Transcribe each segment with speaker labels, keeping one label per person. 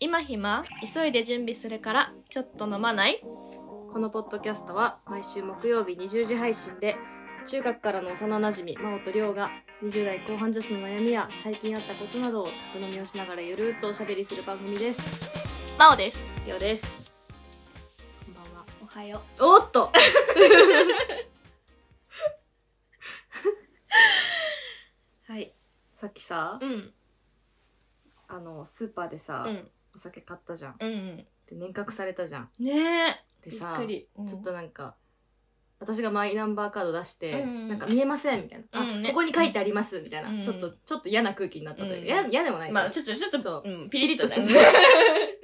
Speaker 1: 今暇急いで準備するからちょっと飲まない
Speaker 2: このポッドキャストは毎週木曜日20時配信で中学からの幼なじみ真央と亮が20代後半女子の悩みや最近あったことなどを宅飲みをしながらゆるっとおしゃべりする番組です。
Speaker 1: まおです
Speaker 2: りょうです。こんばんは。
Speaker 1: おはよ
Speaker 2: おっと
Speaker 1: うはい
Speaker 2: さっきさ
Speaker 1: う、ん
Speaker 2: あの、スーパーでさ、
Speaker 1: うん
Speaker 2: お酒買ったじゃん。
Speaker 1: うんうん
Speaker 2: で、年賀来されたじゃん。
Speaker 1: ねえ
Speaker 2: で
Speaker 1: びっ
Speaker 2: さ、
Speaker 1: くり、うん
Speaker 2: ちょっとなんか、私がマイナンバーカード出して、
Speaker 1: うん
Speaker 2: なんか見えませんみたいな、
Speaker 1: うんね
Speaker 2: あ、ここに書いてありますみたいな、
Speaker 1: うん
Speaker 2: ちょっと、ちょっと嫌な空気になったというか、
Speaker 1: うん
Speaker 2: や嫌でもないけど。
Speaker 1: まあちょっとちょっ
Speaker 2: そ
Speaker 1: と
Speaker 2: う
Speaker 1: うんピ
Speaker 2: ピ
Speaker 1: リ
Speaker 2: リ
Speaker 1: リ
Speaker 2: ッ
Speaker 1: ッ
Speaker 2: と
Speaker 1: と
Speaker 2: し
Speaker 1: したた
Speaker 2: ね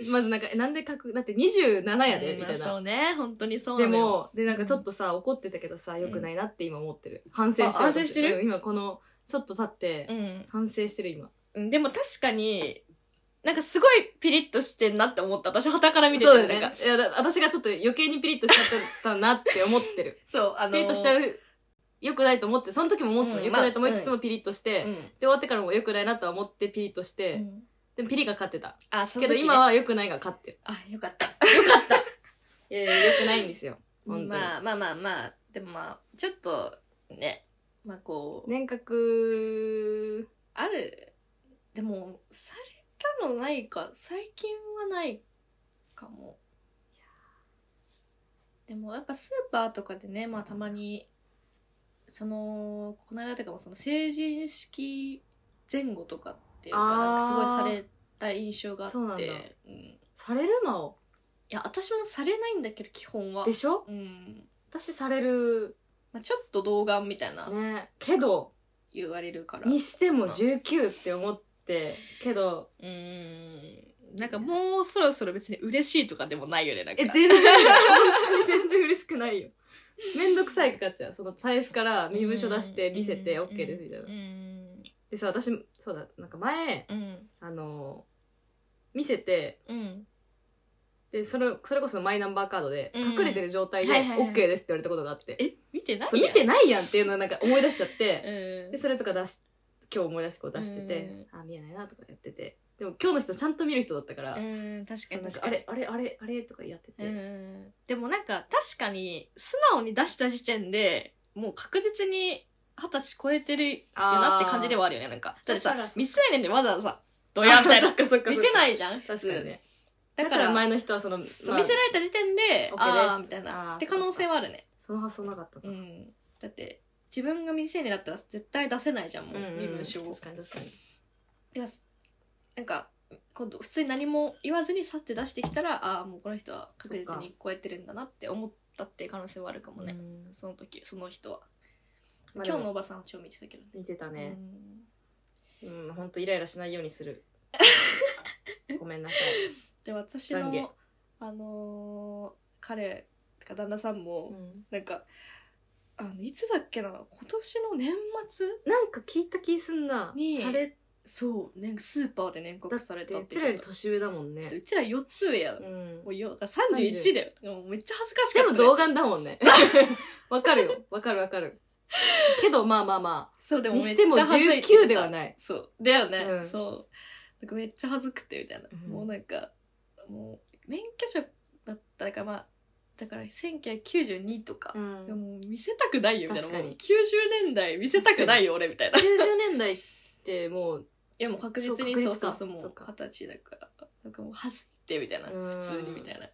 Speaker 1: ね
Speaker 2: まずなんか、えなんで書く、だって27やで、みた
Speaker 1: う
Speaker 2: い
Speaker 1: んそ
Speaker 2: な。
Speaker 1: うね本当にそう
Speaker 2: で
Speaker 1: なのよ
Speaker 2: も、で、なんかちょっとさ、怒ってたけどさ、良くないなって今思ってる。反省してる。
Speaker 1: あ反省してる
Speaker 2: うん今この、ちょっと経って、
Speaker 1: うん
Speaker 2: 反省してる今。
Speaker 1: うんでも確かになんかすごいピリッとしてんなって思った私傍から見てて
Speaker 2: そうだよ
Speaker 1: なん
Speaker 2: ね
Speaker 1: か。
Speaker 2: いや、だ私がちょっと余計にピリッとしちゃったなって思ってる。
Speaker 1: そう あの
Speaker 2: ピリッとしちゃう、良くないと思って、その時も思ってたの。
Speaker 1: うん
Speaker 2: 良くないと思いつつもピリッとして、
Speaker 1: うん
Speaker 2: で終わってからも良くないなとは思ってピリとして、
Speaker 1: うん
Speaker 2: でもピリが勝ってた
Speaker 1: あその
Speaker 2: けど
Speaker 1: 時ね
Speaker 2: 今は良くないが勝 ってる
Speaker 1: あよかった
Speaker 2: いやいや良くないんですよ本当に、
Speaker 1: まあまあまあまあでもまあちょっとねまあこう、
Speaker 2: 年賀
Speaker 1: あるでもされたのないか最近はないかもでもやっぱスーパーとかでねまあたまにそのこの間とかもその成人式前後とかっていうか
Speaker 2: あー
Speaker 1: なんかすごいされた印象があ
Speaker 2: そうな
Speaker 1: っ
Speaker 2: んだ
Speaker 1: てうんい
Speaker 2: されるの
Speaker 1: や私もされないんだけど基本は
Speaker 2: でしょ
Speaker 1: うん
Speaker 2: 私される
Speaker 1: まあ、ちょっと童顔みたいな
Speaker 2: ねけど
Speaker 1: 言われるから
Speaker 2: にしても19って思ってけど
Speaker 1: うーんなんかもうそろそろ別に嬉しいとかでもないよね、なんか。
Speaker 2: え全然本当に全然嬉しくないよめんどくさいかかっちゃうその財布から身分証出して見せて OK ですみたいな
Speaker 1: うん。
Speaker 2: でさ私そうだなんか前
Speaker 1: うん。
Speaker 2: あの見せて
Speaker 1: うん。
Speaker 2: でそれそれこそマイナンバーカードで
Speaker 1: うん
Speaker 2: 隠れてる状態で
Speaker 1: はいはいはい
Speaker 2: OK ですって言われたことがあって、
Speaker 1: え、見てない
Speaker 2: そう見てないやんっていうのをなんか思い出しちゃっ
Speaker 1: う
Speaker 2: て、
Speaker 1: ん
Speaker 2: で。それとか出し今日思い出してこう出してて、あ見えないなとかやっててでも今日の人ちゃんと見る人だったから、
Speaker 1: うん、確か
Speaker 2: そう
Speaker 1: に
Speaker 2: なん
Speaker 1: 確
Speaker 2: か
Speaker 1: か
Speaker 2: あ
Speaker 1: に。
Speaker 2: れあれあれあれとかやってて、
Speaker 1: うん。でもなんか確かに素直に出した時点でもう確実に二十歳超えてるよなって感じではあるよね、なんか。だって
Speaker 2: だ
Speaker 1: さ
Speaker 2: から、
Speaker 1: 未成年でわざわざさ、どやみたい
Speaker 2: そ
Speaker 1: な
Speaker 2: っ。かそっ か
Speaker 1: 見
Speaker 2: そっか
Speaker 1: せないじゃん、普
Speaker 2: 確かに
Speaker 1: 通。
Speaker 2: ね
Speaker 1: だ
Speaker 2: だ
Speaker 1: か、
Speaker 2: からら
Speaker 1: 前
Speaker 2: 前の人はその、
Speaker 1: そう
Speaker 2: まあ
Speaker 1: 見せられた時点で、
Speaker 2: OK です
Speaker 1: ああ、みたい
Speaker 2: あ
Speaker 1: な。
Speaker 2: ー
Speaker 1: って可能性はあるね。
Speaker 2: その発想なかった
Speaker 1: う
Speaker 2: な、
Speaker 1: ん、だって自分が未成年だったら絶対出せないじゃんもう
Speaker 2: うんうん
Speaker 1: 身分証を
Speaker 2: 確かに確かに
Speaker 1: てかなんか今度普通に何も言わずに去って出してきたらああもうこの人は確実
Speaker 2: そっ
Speaker 1: に超えてるんだなって思ったっていう可能性はあるかもね、
Speaker 2: うん
Speaker 1: その時その人は、
Speaker 2: まあで
Speaker 1: 今
Speaker 2: も
Speaker 1: 日のおばさんは超見てたけど
Speaker 2: 見てたね、
Speaker 1: ね、
Speaker 2: うん、ほんとイライラしないように する。ごめんなさい。
Speaker 1: じゃあ私
Speaker 2: 懺
Speaker 1: の
Speaker 2: 悔
Speaker 1: あのー彼てか旦那さんも、なんかあのいつだっけな今年の年末
Speaker 2: なんか聞いた気すんな。
Speaker 1: に
Speaker 2: され
Speaker 1: そう、ね、スーパーで年
Speaker 2: た
Speaker 1: 告
Speaker 2: っ
Speaker 1: され
Speaker 2: て、
Speaker 1: た
Speaker 2: う
Speaker 1: って
Speaker 2: ち
Speaker 1: 言
Speaker 2: らよ
Speaker 1: っ
Speaker 2: り
Speaker 1: てた
Speaker 2: 年上だもんね。
Speaker 1: うちら4つ上や、
Speaker 2: うん
Speaker 1: もうよ31だよ。もうめっちゃ恥ずかし
Speaker 2: で
Speaker 1: かった、
Speaker 2: も童顔だもんね。 わかるよ。わかるわかる。けど、まあまあま
Speaker 1: そう、でもめっ
Speaker 2: に
Speaker 1: ちゃ
Speaker 2: しても
Speaker 1: 恥ずいって言ってた
Speaker 2: 19ではない。
Speaker 1: そう。だよね。
Speaker 2: うん
Speaker 1: そう。なんかめっちゃ恥ずくて、みたいな。
Speaker 2: うん
Speaker 1: もうなんか、もう、免許証だったらか、まあ、だから1992とか
Speaker 2: あ。。うん
Speaker 1: でも見せたくないよ、みたいな。
Speaker 2: 確かに
Speaker 1: もう90年代見せたくないよ、俺、みたいな。い
Speaker 2: 90年代ってもう、
Speaker 1: や、もう確実にそ
Speaker 2: そうう
Speaker 1: そうそ
Speaker 2: 確
Speaker 1: う、
Speaker 2: 実か
Speaker 1: も
Speaker 2: そううか
Speaker 1: 二十歳だから。なんかもう恥ずいて、みたいな。
Speaker 2: うん
Speaker 1: 普通に、みたいな。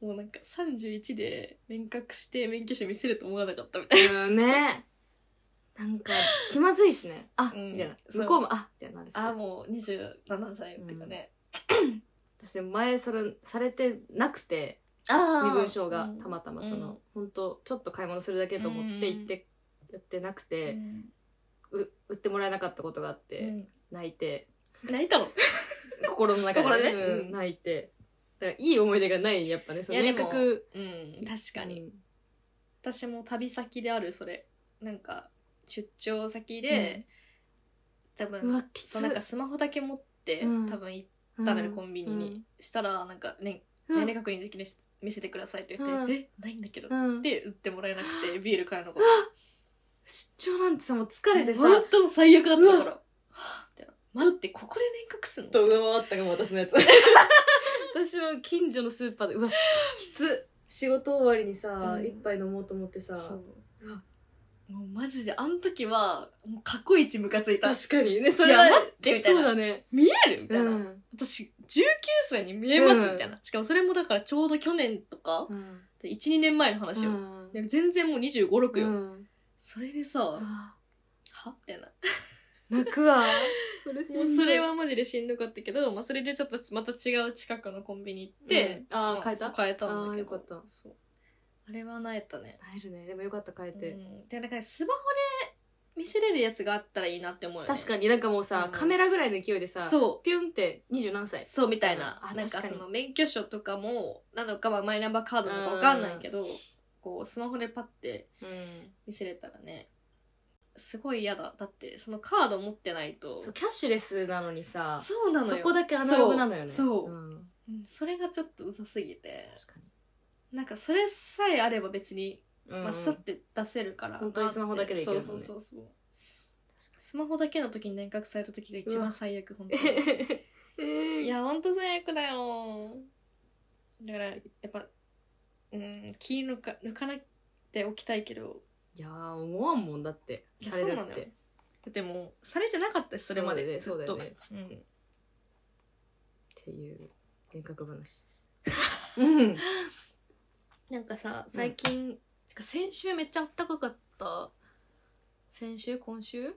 Speaker 1: もうなんか31で年格して免許証見せると思わなかったみたいな。
Speaker 2: うんね。なんか、気まずいしね。あ、
Speaker 1: うん
Speaker 2: みたいな。
Speaker 1: そう
Speaker 2: 向こうも、あ、みたいなるし。
Speaker 1: あ、もう27歳っていうかね。
Speaker 2: 私でも前、それ、されてなくて、
Speaker 1: あ
Speaker 2: 身分証がたま
Speaker 1: った
Speaker 2: まその、本当ちょっと買い物するだけと思って行ってやってなく
Speaker 1: て
Speaker 2: て、う売ってもらえなかったことがあって、泣いて
Speaker 1: 泣いたの
Speaker 2: 心の中で、
Speaker 1: 心ね
Speaker 2: うん
Speaker 1: うん
Speaker 2: 泣いてだからいい思い出がないやっぱねその
Speaker 1: いや
Speaker 2: 年
Speaker 1: でも
Speaker 2: 確
Speaker 1: うん確かに、私も旅先であるそれなんか出張先で、多
Speaker 2: うんう
Speaker 1: 分
Speaker 2: わきつ
Speaker 1: そうなんかスマホだけ持って、
Speaker 2: うん
Speaker 1: 多分行っ
Speaker 2: うん
Speaker 1: たのよコンビニに、
Speaker 2: うん
Speaker 1: したらなんか、ね
Speaker 2: うん
Speaker 1: 年齢確認できるし見せてくださいって言って「
Speaker 2: うん
Speaker 1: えないんだけど」
Speaker 2: うん
Speaker 1: で売ってもらえなくてビール買えなかっ
Speaker 2: 出張なんてさもう疲れ
Speaker 1: た
Speaker 2: てさ、
Speaker 1: 本当最悪だったからはぁみたいな待って、ここで年格すんの
Speaker 2: と上回ったかも私のやつ 私の近所のスーパーでうわきつ仕事終わりにさ
Speaker 1: うん
Speaker 2: 一杯飲もうと思ってさ
Speaker 1: そう
Speaker 2: うわ。
Speaker 1: もうマジで、あの時は、もう過去一ムカついた。
Speaker 2: 確かにねそ
Speaker 1: い
Speaker 2: れ
Speaker 1: や
Speaker 2: は
Speaker 1: 待ってみたいな
Speaker 2: そうだね
Speaker 1: 見えるみたいな。
Speaker 2: うん
Speaker 1: 私、19歳に見えます
Speaker 2: うん
Speaker 1: みたいな。しかもそれもだからちょうど去年とか、
Speaker 2: うん
Speaker 1: 1、2年前の話よ。で全然もう25、6よ。
Speaker 2: うん
Speaker 1: それでさ、
Speaker 2: うわ
Speaker 1: はみたいな。
Speaker 2: 泣くわ それ
Speaker 1: もうそれはマジでしんどかったけど、まあ、それでちょっとまた違う近くのコンビニ行って、
Speaker 2: うんあ
Speaker 1: ま
Speaker 2: あ変えた
Speaker 1: そう変えたんだ
Speaker 2: あー
Speaker 1: け
Speaker 2: よ
Speaker 1: ど。
Speaker 2: かった
Speaker 1: そうあれはなえたね。
Speaker 2: 会えるねでもよかった変え
Speaker 1: うん。
Speaker 2: て、
Speaker 1: で、なんかねスマホで見せれるやつがあったらいいなって思うよね。
Speaker 2: 確かになんかもうさ、
Speaker 1: うん
Speaker 2: カメラぐらいの勢いでさ
Speaker 1: そう。
Speaker 2: ピュンって二十何歳
Speaker 1: そうみたいな
Speaker 2: あ。
Speaker 1: なん
Speaker 2: 確
Speaker 1: か
Speaker 2: かに
Speaker 1: その免許証とかも、なのかまあマイナンバーカードなのかわかんないけど、こうスマホでパッて
Speaker 2: うん
Speaker 1: 見せれたらね、すごい嫌だ。だってそのカード持ってないと。
Speaker 2: そうキャッシュレスなのにさそ
Speaker 1: そうなのよ。
Speaker 2: こだけアナログなのよね
Speaker 1: そうそう
Speaker 2: うん
Speaker 1: うんそれがちょっとうざすぎて。
Speaker 2: 確かに
Speaker 1: なんかそれさえあれば別に、
Speaker 2: うん
Speaker 1: まあ、 さって出せるから。
Speaker 2: 本当にスマホだけでいけるもんね
Speaker 1: そうそうそうそう。スマホだけの時に年覚された時が一
Speaker 2: う
Speaker 1: 番
Speaker 2: わ
Speaker 1: 最悪、本当に。 い
Speaker 2: いや
Speaker 1: や、ほんと最悪だよ。だから、やっぱ、うん、気抜か抜かなっておきたいけど、
Speaker 2: いやー思わんもんだって
Speaker 1: いや
Speaker 2: される
Speaker 1: そう
Speaker 2: っ
Speaker 1: なのよ
Speaker 2: て
Speaker 1: でも、されてなかったし、それまで。
Speaker 2: そうだよね
Speaker 1: ずっとうん。
Speaker 2: っていう幻 覚話うん
Speaker 1: なんかさ、最近、てか先週めっちゃあったかかった。先週今週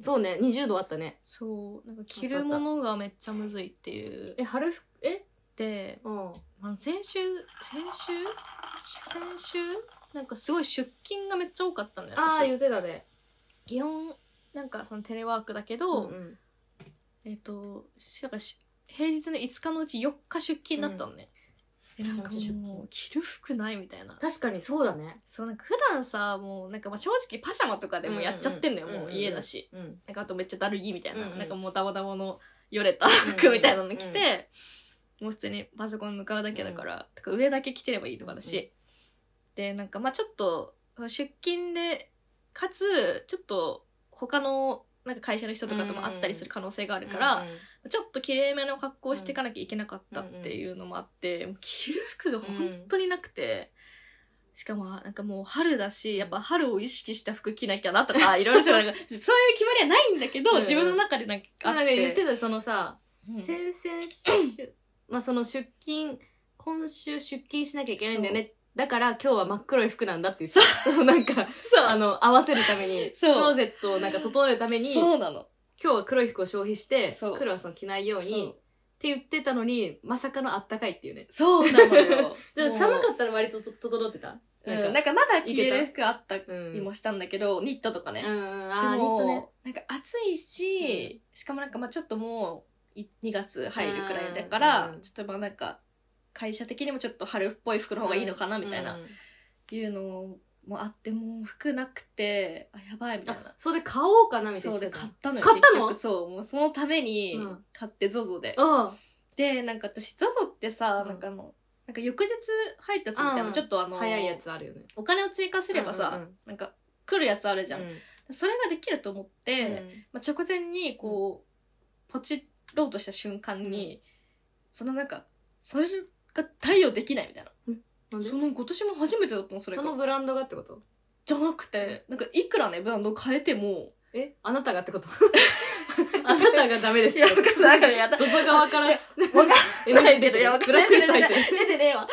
Speaker 2: そうね20度あったね
Speaker 1: そう。なんか着るものがめっちゃむずいっていう。
Speaker 2: え春服え
Speaker 1: で、
Speaker 2: うん
Speaker 1: あの先週、先週先週なんかすごい出勤がめっちゃ多かったんだよ、
Speaker 2: ああ
Speaker 1: 私
Speaker 2: 言うてたで
Speaker 1: 基本なんかそのテレワークだけ
Speaker 2: う
Speaker 1: ど、
Speaker 2: ん
Speaker 1: えっ、としなんかし平日の5日のうち4日出勤だったのね、えなんか
Speaker 2: めちゃめちゃ出
Speaker 1: もう
Speaker 2: 勤
Speaker 1: 着る服ないみたいな
Speaker 2: 確かにそうだね
Speaker 1: そうなんか普段さもうなんかまあ正直パジャマとかでもやっちゃってんのよ、
Speaker 2: うんうん
Speaker 1: もう家だし、
Speaker 2: うん
Speaker 1: なんかあとめっちゃだるぎみたいな、
Speaker 2: うんうん
Speaker 1: なんかもうダボダボのよれた服みたいなの着て、
Speaker 2: うんうん
Speaker 1: もう普通にパソコン向かうだけだから,、とか上だけ着てればいいとかだし、
Speaker 2: うん
Speaker 1: でなんかまあちょっと出勤でかつちょっと他のなんか会社の人とかとも会ったりする可能性があるから、
Speaker 2: うんうん
Speaker 1: ちょっと綺麗めの格好をしていかなきゃいけなかったっていうのもあって、もう着る服が本当になくて、しかもなんかもう春だし、やっぱ春を意識した服着なきゃなとか、いろいろちょっとなんかそういう決まりはないんだけど、
Speaker 2: うん
Speaker 1: 自分の中でなんかあ
Speaker 2: なん
Speaker 1: っ、
Speaker 2: か言っててたそのさ
Speaker 1: うん
Speaker 2: 先 々週まあその出勤今週出勤しなきゃいけないんだよねだから今日は真っ黒い服なんだっていうそうなんかあ
Speaker 1: そう
Speaker 2: の合わせるためにク
Speaker 1: そう
Speaker 2: ローゼットをなんか整えるために
Speaker 1: そ
Speaker 2: 今
Speaker 1: うなの。
Speaker 2: 日は黒い服を消費して
Speaker 1: そう
Speaker 2: 黒はその着ないよう
Speaker 1: そう
Speaker 2: にって言ってたのにまさかのあったかいっていうね。
Speaker 1: そうなの よ
Speaker 2: でも寒かったら割とと整ってた
Speaker 1: うん
Speaker 2: な
Speaker 1: なんん
Speaker 2: か
Speaker 1: かまだ着れる服あったりもしたんだけど、ニットとかね。
Speaker 2: うんうん
Speaker 1: で
Speaker 2: あーニットね
Speaker 1: も、なんか暑いし、しかもなんかまあちょっともうい2月入るくらいだから、
Speaker 2: うん
Speaker 1: ちょっとまあなんか会社的にもちょっと春っぽい服の方がいいのかなみたいな、
Speaker 2: うん
Speaker 1: いうのもあってもう服なくてあやばいみたい
Speaker 2: あ
Speaker 1: な。
Speaker 2: それで買おうかなみたい
Speaker 1: そ
Speaker 2: な
Speaker 1: う
Speaker 2: 言
Speaker 1: で
Speaker 2: ってた
Speaker 1: 買ったのよ
Speaker 2: 買った
Speaker 1: 結
Speaker 2: の
Speaker 1: 局そうもうそのために
Speaker 2: うん
Speaker 1: 買って ZOZO で、
Speaker 2: うん
Speaker 1: でなんか私 ZOZO ってさ、
Speaker 2: うん
Speaker 1: なんかあのなんか翌日入ったやつみたいな、
Speaker 2: うん
Speaker 1: ちょっとあの
Speaker 2: 早いやつあるよね
Speaker 1: お金を追加すればさ、
Speaker 2: うんうんうん
Speaker 1: なんか来るやつあるじゃん、
Speaker 2: うん
Speaker 1: それができると思って、まあ、直前にこう、ポチろうとした瞬間に、そのなんかそれが対応できないみたいな
Speaker 2: なんで
Speaker 1: その今年も初めてだったのそれ
Speaker 2: そ
Speaker 1: が
Speaker 2: のブランドがってこと
Speaker 1: じゃなくてなんかいくらねブランド変えても
Speaker 2: えあなたがってことあなたがダメですよ。
Speaker 1: なんかやだ
Speaker 2: どぞ側からし。
Speaker 1: わ
Speaker 2: え
Speaker 1: かんないけどいやわか
Speaker 2: ブ
Speaker 1: んな
Speaker 2: ラッ
Speaker 1: い
Speaker 2: ク
Speaker 1: け
Speaker 2: リ
Speaker 1: ど
Speaker 2: スト入ってる
Speaker 1: 出てねえわ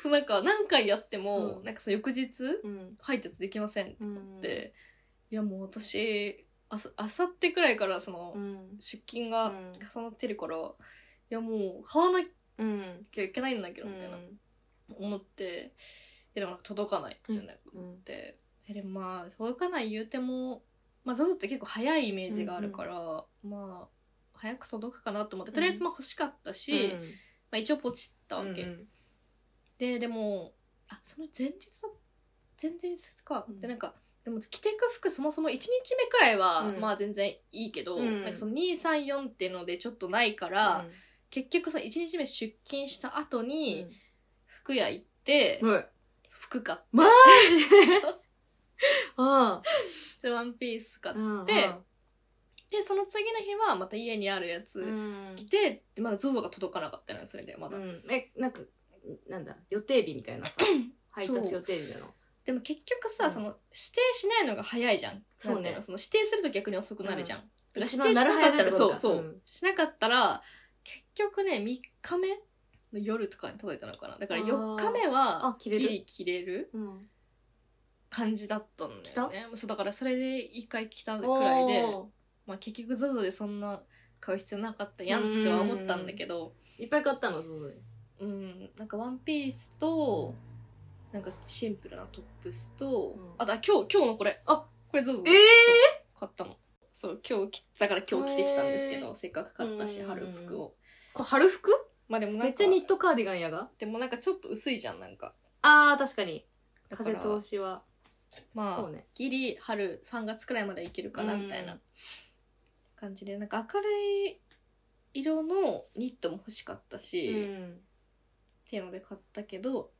Speaker 1: そうなんか何回やっても、
Speaker 2: うん
Speaker 1: なんかその翌日
Speaker 2: うん。
Speaker 1: 配達できませんってなって、いやもう私あさあさってくらいからその、
Speaker 2: うん。
Speaker 1: 出勤が
Speaker 2: うん
Speaker 1: 重なってるから、いやもう買わな
Speaker 2: うん。
Speaker 1: きゃいけないんだけどみたいな、思っていやでもなんか届かないってなって、
Speaker 2: うん
Speaker 1: えでもまあ届かない言うても、まあ、ZOZO って結構早いイメージがあるから、まあ早く届くかなと思ってとりあえずまあ欲しかったし、まあ、一応ポチったわけ、
Speaker 2: うん
Speaker 1: ででもあその前日だ前々日か、
Speaker 2: うん
Speaker 1: でなんかでも着ていく服そもそも1日目くらいは、
Speaker 2: うん
Speaker 1: まあ全然いいけど、
Speaker 2: うん
Speaker 1: なんかその234っていうのでちょっとないから、結局その1日目出勤した後
Speaker 2: うん
Speaker 1: に服屋行って、
Speaker 2: うん。
Speaker 1: 服買って
Speaker 2: マジで
Speaker 1: そう
Speaker 2: あ
Speaker 1: でワンピース買っ
Speaker 2: あ。
Speaker 1: て、でその次の日はまた家にあるや
Speaker 2: う
Speaker 1: つ
Speaker 2: ん
Speaker 1: 来て、でまだ ZOZO が届かなかったのよそれでまだ、
Speaker 2: うんえなんかなんだ予定日みたいなさ配達予定日なの
Speaker 1: でも結局さ、
Speaker 2: うん
Speaker 1: その指定しないのが早いじゃん
Speaker 2: そうね
Speaker 1: なんていうのその指定すると逆に遅くなるじゃん、だから
Speaker 2: 一
Speaker 1: 指
Speaker 2: 番
Speaker 1: 定しなかったら
Speaker 2: なる
Speaker 1: そ
Speaker 2: 早いってことだ
Speaker 1: うそう、
Speaker 2: うん
Speaker 1: しなかったら結局ね3日目の夜とかに届いたのかなだから
Speaker 2: あー
Speaker 1: 4日目
Speaker 2: あ
Speaker 1: は
Speaker 2: 切
Speaker 1: ギ
Speaker 2: れる
Speaker 1: リ切れる
Speaker 2: うん
Speaker 1: 感じだったんだよねそうだからそれで1回来たく
Speaker 2: く
Speaker 1: らいで、まあ、結局 ZOZO でそんな買う必要なかったやんっては思ったんだけど
Speaker 2: いっぱい買ったのそうそう
Speaker 1: うんなんかワンピースとなんかシンプルなトップスと、
Speaker 2: うん
Speaker 1: あだ今日今日のこれ
Speaker 2: あ
Speaker 1: これ ZOZO
Speaker 2: えー
Speaker 1: 買ったのそう今日着だから今日着てきたんですけど、
Speaker 2: へー
Speaker 1: せっかく買ったし
Speaker 2: うん
Speaker 1: 春服を
Speaker 2: これ春服
Speaker 1: まあでもなんか
Speaker 2: めっちゃニットカーディガンやが
Speaker 1: でもなんかちょっと薄いじゃんなんか
Speaker 2: あー確かに
Speaker 1: だか
Speaker 2: 風
Speaker 1: ら
Speaker 2: 通しは
Speaker 1: まあ、
Speaker 2: そうね
Speaker 1: ギリ春3月くらいまでいけるかな
Speaker 2: うん
Speaker 1: みたいな感じでなんか明るい色のニットも欲しかったし、っ
Speaker 2: ん
Speaker 1: ていうので買ったけど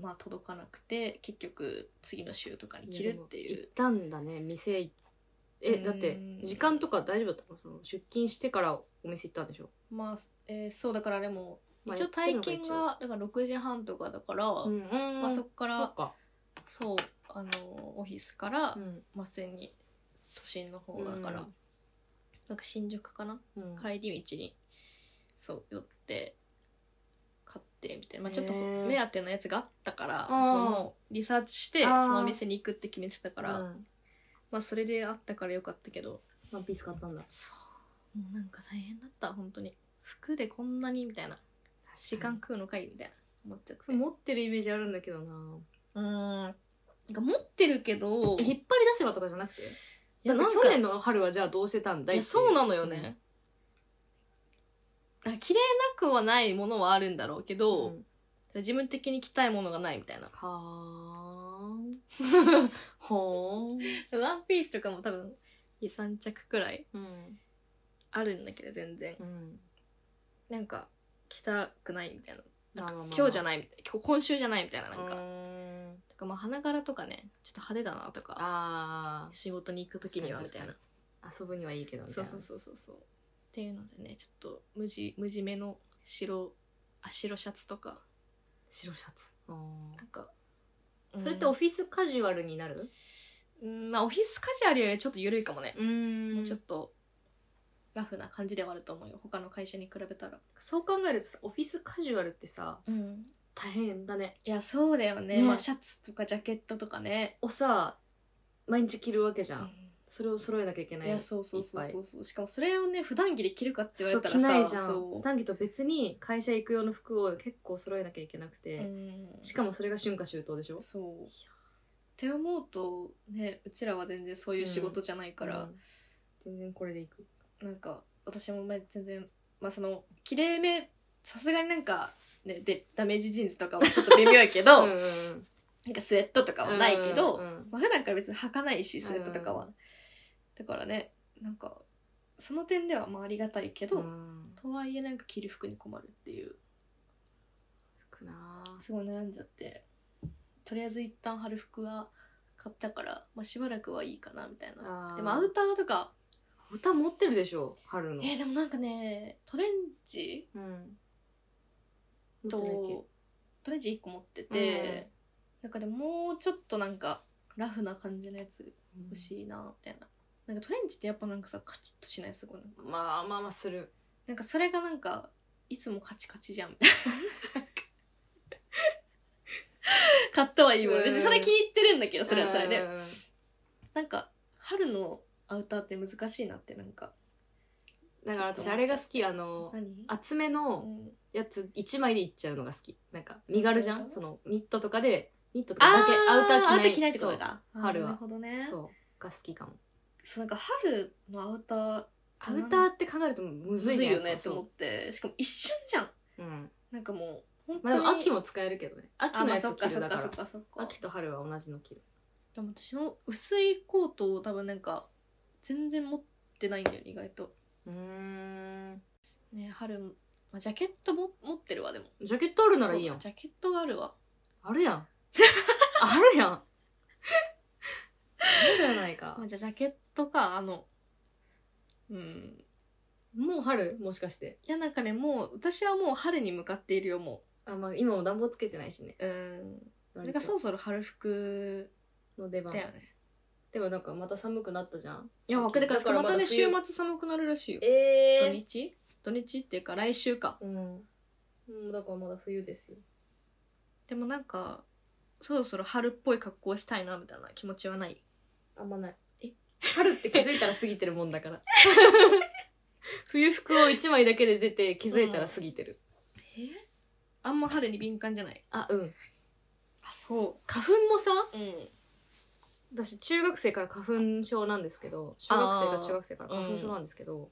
Speaker 1: まあ届かなくて結局次の週とかに着るってい
Speaker 2: やでも行
Speaker 1: う
Speaker 2: ったんだね店行っえだって
Speaker 1: うん
Speaker 2: 時間とか大丈夫だったのその出勤してからお店行ったんでしょ
Speaker 1: まあ、えーそうだからでも
Speaker 2: まあ
Speaker 1: 一応体験
Speaker 2: や
Speaker 1: がだから6時半とかだから、
Speaker 2: うんうん
Speaker 1: まあ、そこか
Speaker 2: そ
Speaker 1: ら
Speaker 2: っか
Speaker 1: そうあのオフィスから、
Speaker 2: うん
Speaker 1: まあ、普通に都心の方だから、
Speaker 2: うん
Speaker 1: なんか新宿かな
Speaker 2: うん
Speaker 1: 帰り道にそう寄って買ってみたいな、まあ、
Speaker 2: へー
Speaker 1: ちょっと目当てのやつがあったから
Speaker 2: ー
Speaker 1: そのもうリサーチして
Speaker 2: あー
Speaker 1: そのお店に行くって決めてたから
Speaker 2: うん
Speaker 1: まあそれであったからよかったけど
Speaker 2: ワンピース買ったんだ
Speaker 1: そうもうなんか大変だった本当に服でこんなにみたいな時間食うのかいみたいな思っちゃって
Speaker 2: 持ってるイメージあるんだけどな
Speaker 1: うんなんか持ってるけど
Speaker 2: え引っ張り出せばとかじゃなくて
Speaker 1: いや
Speaker 2: だっ
Speaker 1: な
Speaker 2: て
Speaker 1: ん
Speaker 2: 去
Speaker 1: か
Speaker 2: 年の春はじゃあどうしてたんだい
Speaker 1: い
Speaker 2: っ
Speaker 1: や
Speaker 2: てい
Speaker 1: そうなのよね、なんか綺麗なくはないものはあるんだろうけ
Speaker 2: うん
Speaker 1: ど、
Speaker 2: うん
Speaker 1: 自分的に着たいものがないみたいな
Speaker 2: はーんほー
Speaker 1: ワンピースとかも多分23着くらい
Speaker 2: ん うん
Speaker 1: あるんだけど全然
Speaker 2: うん
Speaker 1: なんか着たくないみたいな
Speaker 2: まあまあ
Speaker 1: な
Speaker 2: まあ
Speaker 1: んか
Speaker 2: まあ
Speaker 1: 今日じゃないみたい今日今週じゃないみたいななん
Speaker 2: う
Speaker 1: か,、
Speaker 2: ーん
Speaker 1: とかまあ花柄とかねちょっと派手だなとか
Speaker 2: あ
Speaker 1: 仕事に行く時にはみたい
Speaker 2: 確かに確か
Speaker 1: な
Speaker 2: ー遊ぶにはいいけどね
Speaker 1: そうそうそうそうそうっていうのでねちょっと無地無地めの白あ白シャツとか
Speaker 2: 白シャツうん
Speaker 1: なんか
Speaker 2: それってオフィスカジュアルになる
Speaker 1: うんまあオフィスカジュアルよりちょっと緩いかもね、
Speaker 2: うん
Speaker 1: もうちょっとラフな感じではあると思うよ他の会社に比べたら
Speaker 2: そう考えるとさオフィスカジュアルってさ
Speaker 1: うん
Speaker 2: 大変だね
Speaker 1: いやそうだよね
Speaker 2: ね
Speaker 1: まあ、シャツとかジャケットとかね、
Speaker 2: をさ毎日着るわけじゃん、
Speaker 1: う
Speaker 2: それを揃えなきゃいけ
Speaker 1: ん
Speaker 2: ない
Speaker 1: いやそうそうそう
Speaker 2: いっ
Speaker 1: そ
Speaker 2: ぱ
Speaker 1: うそうしかもそれをね普段着で着るかって言わ
Speaker 2: そう
Speaker 1: れた
Speaker 2: 着
Speaker 1: ら
Speaker 2: な
Speaker 1: さ
Speaker 2: いじゃん
Speaker 1: そう
Speaker 2: 短期と別に会社行く用の服を結構揃えなきゃいけなくて、
Speaker 1: うん
Speaker 2: しかもそれが春夏秋冬でしょ
Speaker 1: そうって思うとねうちらは全然そういう仕事じゃないから、
Speaker 2: うん全然これでいく
Speaker 1: なんか私もまあ全然まあそのきれいめさすがになんかねでダメージジーンズとかはちょっと微妙やけ ど、なんかスウェットとかはないけど、
Speaker 2: うん
Speaker 1: まあ、普段から別に履かないしスウェットとかは、
Speaker 2: う
Speaker 1: だからねなんかその点ではまあありがたいけど、
Speaker 2: うん
Speaker 1: とはいえなんか着る服に困るっていう
Speaker 2: 服なあ
Speaker 1: すごい悩んじゃってとりあえず一旦春服は買ったから、まあ、しばらくはいいかなみたいな
Speaker 2: あー
Speaker 1: でもアウターとか
Speaker 2: 歌持ってるでしょ春の
Speaker 1: えーでもなんかねトレンチ
Speaker 2: うん
Speaker 1: と
Speaker 2: 持ってないっ
Speaker 1: トレンチ1個持ってて、なんかでももうちょっとなんかラフな感じのやつ
Speaker 2: け
Speaker 1: 欲しいなみたいな。なんかトレンチってやっぱなんかさカチッとしないすごいなんか
Speaker 2: まあまあまあする
Speaker 1: なんかそれがなんかいつもカチカチじ ゃんみたいな買ったはいいも
Speaker 2: うんん
Speaker 1: 別にそれ気に入ってるんだけどそれはそれで、
Speaker 2: うんうんうん
Speaker 1: なんか春のアウターって難しいなってなんか
Speaker 2: だから私あれが好きあの
Speaker 1: 何
Speaker 2: 厚め
Speaker 1: う
Speaker 2: の
Speaker 1: ん
Speaker 2: やつ1枚でいっちゃうのが好きなんか身軽じゃ
Speaker 1: どうい
Speaker 2: ん
Speaker 1: うこと
Speaker 2: そのニットとかでニットとか
Speaker 1: あ
Speaker 2: だけア
Speaker 1: ア
Speaker 2: ウター着ない
Speaker 1: ウター着ないってことか
Speaker 2: そう春は
Speaker 1: なるほどね
Speaker 2: そうが好きかも
Speaker 1: そうなんか春のアウター
Speaker 2: アウターって考えるとむ
Speaker 1: む
Speaker 2: ずい
Speaker 1: ず
Speaker 2: じ
Speaker 1: い
Speaker 2: ゃん
Speaker 1: よねって思ってしかも一瞬じゃん
Speaker 2: そううん
Speaker 1: なんかもう本
Speaker 2: まあでも秋
Speaker 1: も
Speaker 2: も使えるけどね
Speaker 1: あ
Speaker 2: 秋の
Speaker 1: まあ
Speaker 2: や
Speaker 1: そ
Speaker 2: つ
Speaker 1: っか
Speaker 2: 着
Speaker 1: そ
Speaker 2: る
Speaker 1: っ
Speaker 2: だか
Speaker 1: かそっ
Speaker 2: ら
Speaker 1: かそっか
Speaker 2: 秋と春は同じの着る
Speaker 1: でも私の薄いコートを多分なんか全然持ってないんだよね意外と
Speaker 2: うん
Speaker 1: ね春、まあ、ジャケットも持ってるわでも
Speaker 2: ジャケットあるならいいやん
Speaker 1: そうかジャケットがあるわ
Speaker 2: あるやん あるやんあるじゃないか
Speaker 1: まあ、じゃあジャケットかあのうん。
Speaker 2: もう春もしかして
Speaker 1: いや、なんかね、もう、私はもう春に向かっているよ、も
Speaker 2: あまあ今も暖房つけてないしね
Speaker 1: う。うん。なん
Speaker 2: 割
Speaker 1: か
Speaker 2: と
Speaker 1: そろそろ春服
Speaker 2: の出番
Speaker 1: だよね。
Speaker 2: でもなんかまた寒くなったじゃん
Speaker 1: いや、わかるだから、
Speaker 2: だから
Speaker 1: ま
Speaker 2: まだ
Speaker 1: たね、週
Speaker 2: 冬
Speaker 1: 末寒くなるらしいよ。
Speaker 2: え
Speaker 1: 土日土日っていうか、来週か。
Speaker 2: うんもうだからまだ冬ですよ
Speaker 1: でもなんか、そろそろ春っぽい格好をしたいな、みたいな気持ちはない。
Speaker 2: あんまない
Speaker 1: え
Speaker 2: 春って気づいたら過ぎてるもんだから 冬服を1枚だけで出て気づいたら過ぎてる、
Speaker 1: えあんま春に敏感じゃない。
Speaker 2: あうん
Speaker 1: あ、そ
Speaker 2: 花粉もさ
Speaker 1: う。うん。
Speaker 2: 私中学生から花粉症なんですけど小学生か中学生から花粉症なんですけど、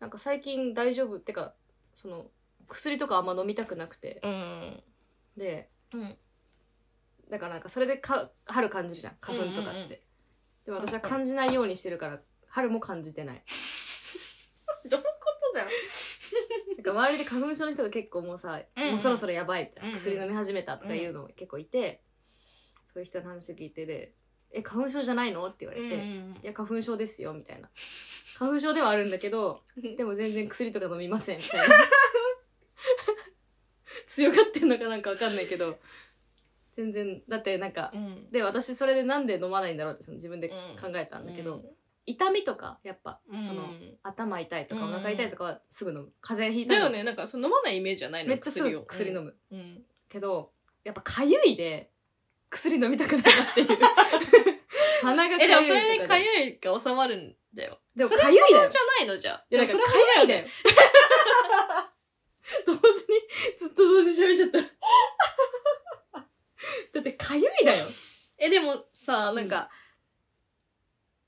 Speaker 2: なんか最近大丈夫ってかその薬とかあんま飲みたくなくて
Speaker 1: うん。
Speaker 2: で
Speaker 1: うん。
Speaker 2: だからなんかそれでか春感じるじゃん花粉とか
Speaker 1: うん
Speaker 2: って、
Speaker 1: うんうん
Speaker 2: でも私は感じないようにしてるから春も感じてない
Speaker 1: どういうことだよ。
Speaker 2: なんか周りで花粉症の人が結構もうさ、
Speaker 1: うんうん
Speaker 2: もうそろそろやばいみたいな、
Speaker 1: うんうん
Speaker 2: 薬飲み始めたとかいうの結構いて、そういう人の話を聞いてで「え花粉症じゃないの?」って言われて「いや花粉症ですよ」みたいな花粉症ではあるんだけど でも全然薬とか飲みませんみたいな強がってんのかなんかわかんないけど全然だってなんか
Speaker 1: うん。
Speaker 2: で私それでなんで飲まないんだろうってその自分で考えた
Speaker 1: なん
Speaker 2: だけど、、痛みとかやっぱ、その頭痛いとか
Speaker 1: う
Speaker 2: お
Speaker 1: ん
Speaker 2: 腹痛いとかはすぐ飲む風邪ひい
Speaker 1: だ
Speaker 2: た
Speaker 1: よ
Speaker 2: ら
Speaker 1: ね、なんか、その飲まないイメージはないの
Speaker 2: めっちゃすぐ薬飲
Speaker 1: む。う
Speaker 2: む、
Speaker 1: ん。
Speaker 2: けどやっぱかゆいで薬飲みたくないなっ ていう鼻がか
Speaker 1: え、でもそ
Speaker 2: ゆい
Speaker 1: れで
Speaker 2: とか
Speaker 1: か
Speaker 2: で
Speaker 1: ゆいが収まるんだよ。
Speaker 2: でも
Speaker 1: それは
Speaker 2: かゆいだよ
Speaker 1: じゃないのじゃあ。
Speaker 2: いやだからかゆいだよ 同時にずっと同時に喋っちゃった だってかゆいだよ
Speaker 1: え、でもさ、なんか、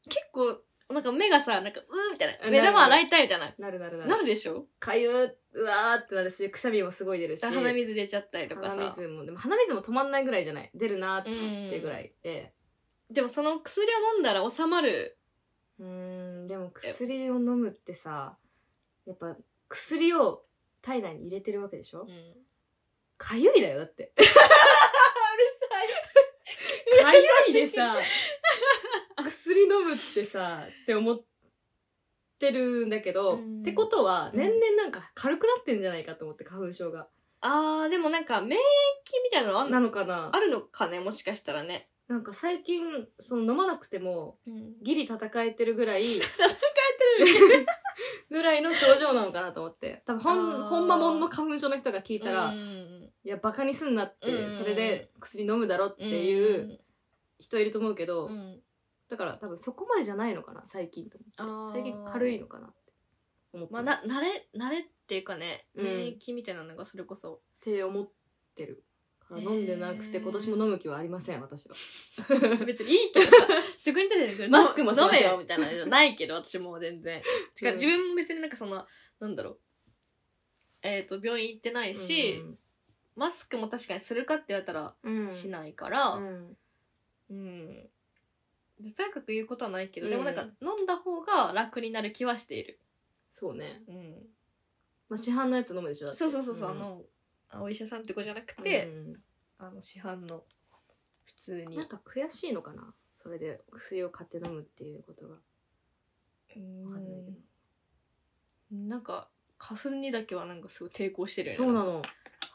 Speaker 1: 結構、なんか目がさ、なんか、うーみたい
Speaker 2: な
Speaker 1: な。
Speaker 2: る
Speaker 1: 目玉洗いたいみたいな。
Speaker 2: なるなるなる
Speaker 1: なるでしょ
Speaker 2: かゆうわーってなるしくしゃみもすごい出るし
Speaker 1: 鼻水出ちゃったりとか
Speaker 2: 鼻
Speaker 1: さ。
Speaker 2: 水もでも鼻水も止まんないぐらいじゃない出るなーって
Speaker 1: うん
Speaker 2: いうぐらいで
Speaker 1: でもその薬を飲んだら収まる。
Speaker 2: うーんでも薬を飲むってさやっぱ薬を体内に入れてるわけでしょかゆいだよだってかゆいでさ 薬飲むってさって思ってるんだけど、
Speaker 1: うん
Speaker 2: ってことは
Speaker 1: うん
Speaker 2: 年々なんか軽くなってんじゃないかと思って花粉症が、
Speaker 1: あー、でもなんか免疫みたいなのあん
Speaker 2: な
Speaker 1: の
Speaker 2: のかな
Speaker 1: あるのかねもしかしたらね。
Speaker 2: なんか最近その飲まなくても
Speaker 1: うん。
Speaker 2: ギリ戦えてるぐらい
Speaker 1: てる
Speaker 2: ぐらいの症状なのかなと思って多分ほん
Speaker 1: あー
Speaker 2: ほんまもんの花粉症の人が聞いたら、
Speaker 1: う
Speaker 2: い
Speaker 1: ん
Speaker 2: やバカにすんなって、
Speaker 1: うん
Speaker 2: それで薬飲むだろっていう人いると思うけど、
Speaker 1: うん。うん
Speaker 2: だから多分そこまでじゃないのかな最近と思って
Speaker 1: あー
Speaker 2: 最近軽いのかなって思って
Speaker 1: まあ、
Speaker 2: ます、
Speaker 1: な、慣れ、慣れっていうかね、
Speaker 2: うん
Speaker 1: 免疫みたいなのがそれこそ。
Speaker 2: って思ってるから飲んでなくて、
Speaker 1: へー
Speaker 2: 今年も飲む気はありません私 は
Speaker 1: 別にいいけどさ、そこに対してね
Speaker 2: マスクもし
Speaker 1: 飲
Speaker 2: ません
Speaker 1: めよみたいなのじゃないけど、私もう全然。 てか、
Speaker 2: うん
Speaker 1: 自分も別になんかその、なんだろう。えっ、と、病院行ってないし、マスクも確かにするかって言われたら、
Speaker 2: うん、うん
Speaker 1: しないから、
Speaker 2: う
Speaker 1: うん。
Speaker 2: ん
Speaker 1: でとにかく言うことはないけど、
Speaker 2: うん
Speaker 1: でもなんか、飲んだ方が楽になる気はしている。
Speaker 2: そうね、
Speaker 1: うん。
Speaker 2: まあ、市販のやつ飲むでしょだって
Speaker 1: そうそうそうそう、
Speaker 2: ん
Speaker 1: あの、あお医者さんって子じゃなく
Speaker 2: う
Speaker 1: て、
Speaker 2: ん
Speaker 1: あの、市販の、普通に
Speaker 2: なん。か悔しいのかなそれで薬を買って飲むっていうことが
Speaker 1: う
Speaker 2: わかんないけど
Speaker 1: んなんか花粉にだけはなんかすごい抵抗してるよね
Speaker 2: そうなの、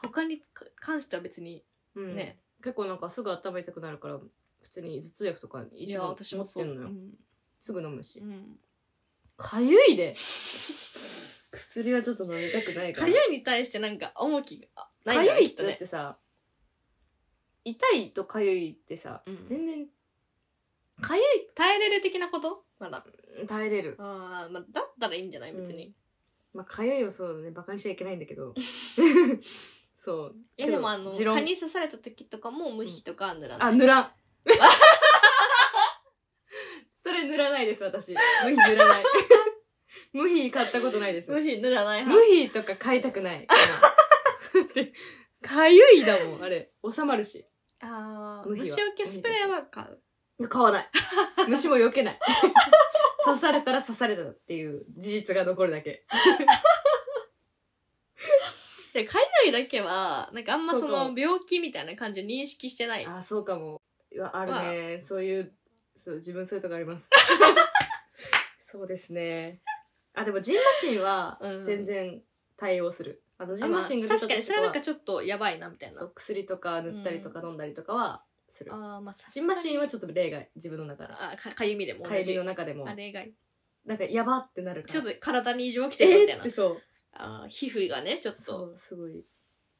Speaker 1: 他にか関しては別に
Speaker 2: うん
Speaker 1: ね
Speaker 2: 結構なんかすぐ頭痛くなるから普通に頭痛薬とかい
Speaker 1: い
Speaker 2: つ
Speaker 1: や
Speaker 2: も
Speaker 1: 私もそう、
Speaker 2: 持
Speaker 1: う
Speaker 2: ってんのよ
Speaker 1: ん
Speaker 2: すぐ飲むし
Speaker 1: うん
Speaker 2: かゆいで薬はちょっと飲みたくないか
Speaker 1: か
Speaker 2: ら
Speaker 1: ゆいに対してなんか重きがない
Speaker 2: か
Speaker 1: んだ
Speaker 2: ゆい
Speaker 1: よき
Speaker 2: っ
Speaker 1: っと
Speaker 2: てだっ
Speaker 1: ね
Speaker 2: てさ、痛いとかゆいってさ、
Speaker 1: うん
Speaker 2: 全然かゆ
Speaker 1: 耐えれる的なことまだ
Speaker 2: い耐えれる、
Speaker 1: あー、まあ、だったらいいんじゃない別に、
Speaker 2: うまあ、かゆいをそうねバカにしちゃいけないんだけど そう
Speaker 1: いやでもあの
Speaker 2: 持論
Speaker 1: 蚊に刺された時とかも無比とかは塗ら
Speaker 2: あ
Speaker 1: ない、
Speaker 2: 塗らん それ塗らないです私無比塗らない 無比買ったことないです
Speaker 1: 無比塗らない
Speaker 2: 無
Speaker 1: 派
Speaker 2: 比とか買いたくない だってかゆいだもんあれ収まるし
Speaker 1: あー
Speaker 2: 無比
Speaker 1: 虫
Speaker 2: は
Speaker 1: 除けスプレーは買う
Speaker 2: いや買わない。虫も避 けない。刺されたら刺されたっていう事実が残るだけ。
Speaker 1: でかゆいだけはなんかあんまそ
Speaker 2: そう
Speaker 1: の病気みたいな感じを認識してない
Speaker 2: あー、そうかも。うわある ね。そういう、そう、自分そういうとこあります。そうですね。あでもジンマシンは
Speaker 1: うん
Speaker 2: 全然対応する、あのジンマシンが
Speaker 1: まあ
Speaker 2: 出た
Speaker 1: 確
Speaker 2: 時
Speaker 1: かにそれはなんか
Speaker 2: とか
Speaker 1: ちょっとやばいなみたい
Speaker 2: はそ
Speaker 1: な
Speaker 2: う薬とか塗ったりとか飲んだりとかはする、
Speaker 1: ああまあさ
Speaker 2: ジンマシンはちょっと例外自分の中で
Speaker 1: あかかゆみでも
Speaker 2: 帰
Speaker 1: 同
Speaker 2: り
Speaker 1: じ
Speaker 2: の中でも
Speaker 1: あれがい
Speaker 2: なんかやばってなるから
Speaker 1: ちょっと体に異常起きてるみ
Speaker 2: え
Speaker 1: たい
Speaker 2: ーっ
Speaker 1: な、
Speaker 2: てそう
Speaker 1: あー皮膚がねちょっ
Speaker 2: そ
Speaker 1: と
Speaker 2: うすごい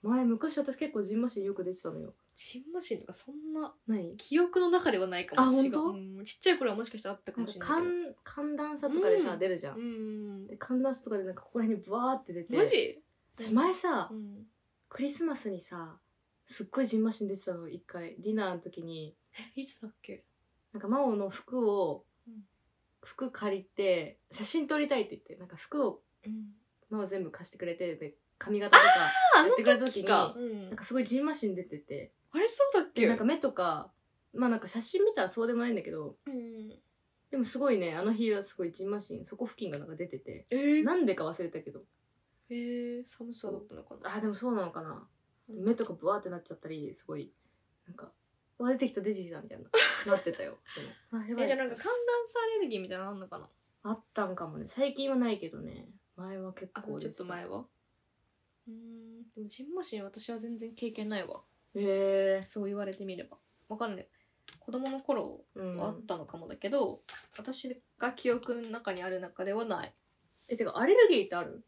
Speaker 2: 前昔私結構ジンマシンよく出てたのよ
Speaker 1: ジンマシンとかそんな
Speaker 2: ない
Speaker 1: 記憶の中ではないかも
Speaker 2: あ本当
Speaker 1: 違ううんちっちゃい頃はもしかしたらあったか
Speaker 2: なん
Speaker 1: も
Speaker 2: か
Speaker 1: しれないけど
Speaker 2: 寒寒暖差とかでさ、
Speaker 1: うん
Speaker 2: 出るじゃん、
Speaker 1: うん
Speaker 2: で寒暖差とかでなんかここら辺にブワーって出て
Speaker 1: マジ
Speaker 2: 私前さ、
Speaker 1: うん
Speaker 2: クリスマスにさすっごいジンマシン出てたの一回ディナーの時に
Speaker 1: えいつだっけ
Speaker 2: なんか真央の服を、
Speaker 1: うん
Speaker 2: 服借りて写真撮りたいって言ってなんか服を
Speaker 1: うん
Speaker 2: 真央全部貸してくれてで髪型とか
Speaker 1: あ
Speaker 2: や
Speaker 1: の
Speaker 2: ってくれた時
Speaker 1: 時
Speaker 2: に
Speaker 1: か、うん
Speaker 2: なんかすごいジンマシン出てて
Speaker 1: あれそうだっ
Speaker 2: で
Speaker 1: け
Speaker 2: なんか目とかまあなんか写真見たらそうでもないんだけど
Speaker 1: うん
Speaker 2: でもすごいねあの日はすごいジンマシンそこ付近がなんか出てて
Speaker 1: えー
Speaker 2: なんでか忘れたけど
Speaker 1: えー寒さだったのかな
Speaker 2: あでもそうなのかな目とかブワーってなっちゃったりすごいなんか「うわ出てきた出てきた」みたいななって たよそのあやば
Speaker 1: え
Speaker 2: い
Speaker 1: じゃあなんか寒暖差アレルギーみたいなのあんのかな
Speaker 2: あったんかもね最近はないけどね前は結
Speaker 1: あ
Speaker 2: 構
Speaker 1: ちょっ
Speaker 2: でした
Speaker 1: と前はうんでもジンマシン私は全然経験ないわ
Speaker 2: へえ
Speaker 1: そう言われてみればわかんない子供の頃
Speaker 2: うん
Speaker 1: はあったのかもだけど、私が記憶の中にある中ではない
Speaker 2: えてかアレルギーってある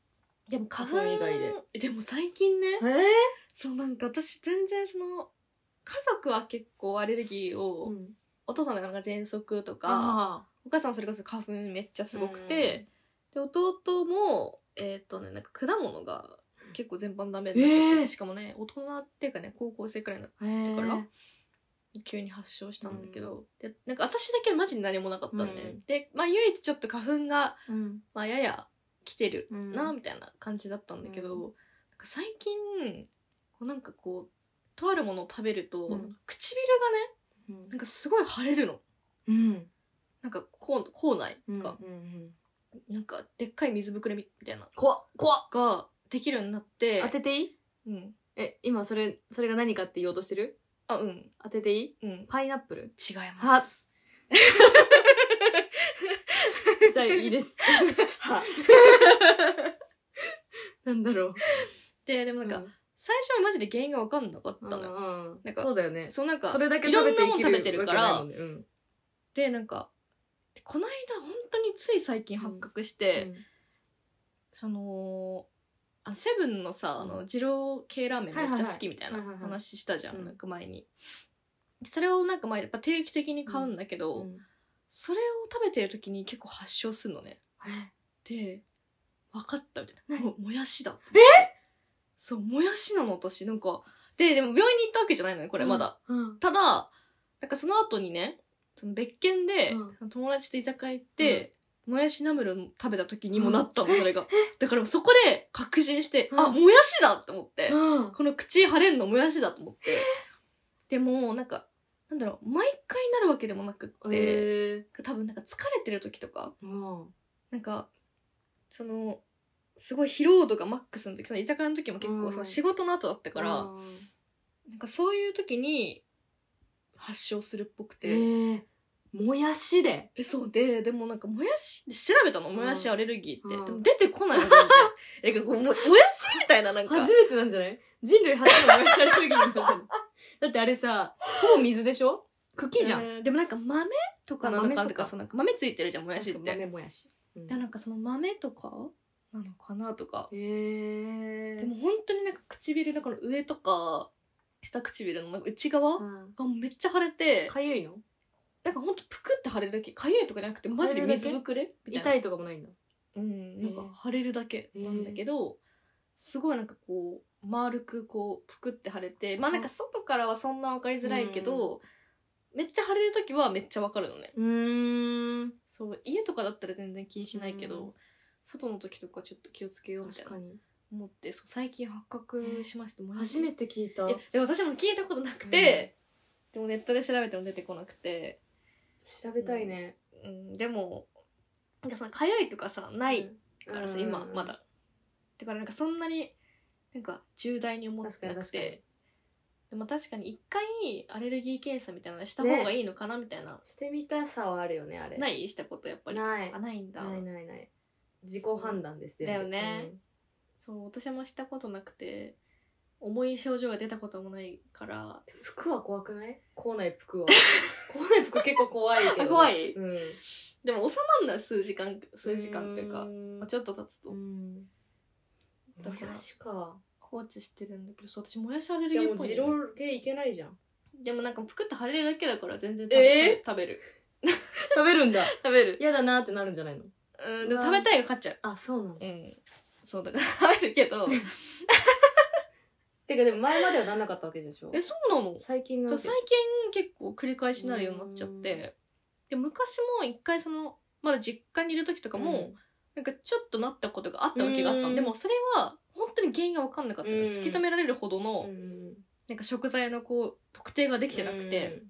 Speaker 1: でも
Speaker 2: 花粉以外で
Speaker 1: えでも最近ね
Speaker 2: え
Speaker 1: そうなんか私全然その家族は結構アレルギーを、
Speaker 2: うん
Speaker 1: お父さんがなんか喘息とか
Speaker 2: あ
Speaker 1: お母さんそれこそ花粉めっちゃすごくて、で弟もえっ、とねなんか果物が結構全般ダメになっちゃって、
Speaker 2: えー
Speaker 1: しかもね大人っていうかね高校生くらいの
Speaker 2: へえ
Speaker 1: だから急に発症したんだけど、でなんか私だけマジに何もなかったんで、
Speaker 2: うん
Speaker 1: で、まあ、唯一ちょっと花粉が、
Speaker 2: うん
Speaker 1: まあ、やや来てる
Speaker 2: うん
Speaker 1: なみたいな感じだったんだけど、
Speaker 2: うん
Speaker 1: なんか最近こうなんかこうとあるものを食べると、
Speaker 2: うん
Speaker 1: なんか唇が
Speaker 2: うん
Speaker 1: ねなんかすごい腫れるの
Speaker 2: うん
Speaker 1: なんか口口内
Speaker 2: うん
Speaker 1: が、
Speaker 2: うん
Speaker 1: なんかでっかい水ぶくれみみたいな
Speaker 2: 怖っ怖っ
Speaker 1: ができるようになって
Speaker 2: 当てていい
Speaker 1: うん
Speaker 2: え今それそれが何かって言おうとしてる
Speaker 1: あうん
Speaker 2: 当てていい
Speaker 1: うん違い
Speaker 2: パイナップル
Speaker 1: ます
Speaker 2: じゃあいいです
Speaker 1: は
Speaker 2: なんだろう
Speaker 1: ででもなんか、最初はマジで原因が分かんなかったのよ、
Speaker 2: うんうん
Speaker 1: なんか
Speaker 2: そうだよね
Speaker 1: そうなんか
Speaker 2: それだけ
Speaker 1: いろ
Speaker 2: 食べ
Speaker 1: ん
Speaker 2: て
Speaker 1: な
Speaker 2: 生
Speaker 1: もん
Speaker 2: き
Speaker 1: 食べてるか
Speaker 2: わけない
Speaker 1: ら
Speaker 2: もんねうん
Speaker 1: でなんかでこの間本当につい最近発覚して、そのあセブンのさあの二郎系ラーメンめっちゃ好きみたいな
Speaker 2: はいはいはい
Speaker 1: 話したじゃん、
Speaker 2: うん
Speaker 1: なんか前にでそれをなんかまあやっぱ定期的に買うんだけど、
Speaker 2: うん
Speaker 1: それを食べてる時に結構発症するのねで分かったみたいな
Speaker 2: 何
Speaker 1: ももやしだそうもやしなの私なんかででも病院に行ったわけじゃないのよこれまだ、
Speaker 2: うん
Speaker 1: ただなんかその後にねその別件で、
Speaker 2: うん
Speaker 1: その友達と居酒屋行って、もやしナムルを食べた時にもなったの、それがだからそこで確信して、
Speaker 2: うん
Speaker 1: あもやしだって思って、
Speaker 2: うん
Speaker 1: この口腫れんのもやしだと思ってでもなんかなんだろう毎回なるわけでもなくって、
Speaker 2: へ
Speaker 1: 多分なんか疲れてる時とか
Speaker 2: ーうん
Speaker 1: なんかそのすごい疲労度がマックスの時その居酒屋の時も結
Speaker 2: う
Speaker 1: 構
Speaker 2: ん
Speaker 1: その仕事の後だったから、
Speaker 2: うん
Speaker 1: なんかそういう時に発症するっぽく
Speaker 2: へ
Speaker 1: て、
Speaker 2: ーもやしで
Speaker 1: えそうででもなんかもやしって調べたのもやしアレルギーって、
Speaker 2: うん
Speaker 1: でも出てこないの全然なんかこうももやしみたいななんか
Speaker 2: 初めてなんじゃない人類初のもやしアレルギーなんじゃない だってあれさほぼ水でしょ茎じゃん
Speaker 1: えーでもなんか豆とかなの
Speaker 2: あ
Speaker 1: か
Speaker 2: 豆
Speaker 1: と
Speaker 2: と
Speaker 1: か
Speaker 2: か
Speaker 1: そうなんか豆ついてるじゃんもやしっ
Speaker 2: 確か
Speaker 1: て
Speaker 2: 豆もやしうん
Speaker 1: でなんかその豆とかなのかなとか
Speaker 2: へー
Speaker 1: でも本当になんか唇だから上とか下唇のなんか内側
Speaker 2: う
Speaker 1: が
Speaker 2: ん
Speaker 1: めっちゃ腫れて
Speaker 2: かゆいの
Speaker 1: なんかほんとぷくって腫れるだけかゆいとかじゃなくてマジで水ぶくれみたいな
Speaker 2: 痛いとかもないんだ
Speaker 1: うん、なん
Speaker 2: へ
Speaker 1: か
Speaker 2: え
Speaker 1: 腫れるだけなんだけど、すごいなんかこう丸くこうぷくって腫れてまあなんか外からはそんな分かりづらいけど、めっちゃ腫れる時はめっちゃ分かるのね
Speaker 2: うーん
Speaker 1: そう家とかだったら全然気にしないけど、
Speaker 2: うん
Speaker 1: 外の時とかちょっと気をつけようみたい
Speaker 2: 確か
Speaker 1: な
Speaker 2: に
Speaker 1: 思ってそう最近発覚しましたも
Speaker 2: 初めて聞いた
Speaker 1: えでも私も聞いたことなくて、でもネットで調べても出てこなくて、
Speaker 2: 調べたいね
Speaker 1: うん、でもなんかさかゆいとかさない、からさ、今まだだからなんかそんなになんか重大に思ってなく
Speaker 2: 確かに確か
Speaker 1: てでも確かに一回アレルギー検査みたいなのした方がいいのかなみたいな、
Speaker 2: してみたさはあるよねあれ
Speaker 1: ないいしたことやっぱり
Speaker 2: ない
Speaker 1: あないんだ
Speaker 2: ないないない自己判断です
Speaker 1: だよねそう私もしたことなくて重い症状が出たこともないから
Speaker 2: うん服は怖くない校内 服は校内服結構怖いけど
Speaker 1: あ怖い
Speaker 2: うん、
Speaker 1: でも収まんない数時間数時間っていうか
Speaker 2: ん
Speaker 1: まあちょっと経つと
Speaker 2: うん
Speaker 1: だから
Speaker 2: もやしか
Speaker 1: 放置してるんだけどそう私もやしアレル
Speaker 2: じ
Speaker 1: ギ
Speaker 2: ゃあも
Speaker 1: ーっ
Speaker 2: う
Speaker 1: ぽい
Speaker 2: 二
Speaker 1: よね、
Speaker 2: 郎系いけないじゃん
Speaker 1: でもなんか作って腫れるだけだから全然食べ,、
Speaker 2: え
Speaker 1: 食べる
Speaker 2: 食べるんだ
Speaker 1: 食べる
Speaker 2: 嫌だなってなるんじゃないの
Speaker 1: うんでも食べたいが勝っちゃう
Speaker 2: あそうなの
Speaker 1: うんそうだから食べるけ ど
Speaker 2: てかでも前まではなんなかったわけでしょ
Speaker 1: えそうなの
Speaker 2: 最近なん
Speaker 1: だ
Speaker 2: で
Speaker 1: 最近結構繰り返しなるようになっちゃってで昔も一回そのまだ実家にいる時とかも、なんかちょっとなったことがあった時があった
Speaker 2: う
Speaker 1: の
Speaker 2: ん
Speaker 1: でもそれは本当に原因が分かんなかったの
Speaker 2: うん
Speaker 1: 突き止められるほどの、
Speaker 2: うん
Speaker 1: なんか食材のこう特定ができてなくて、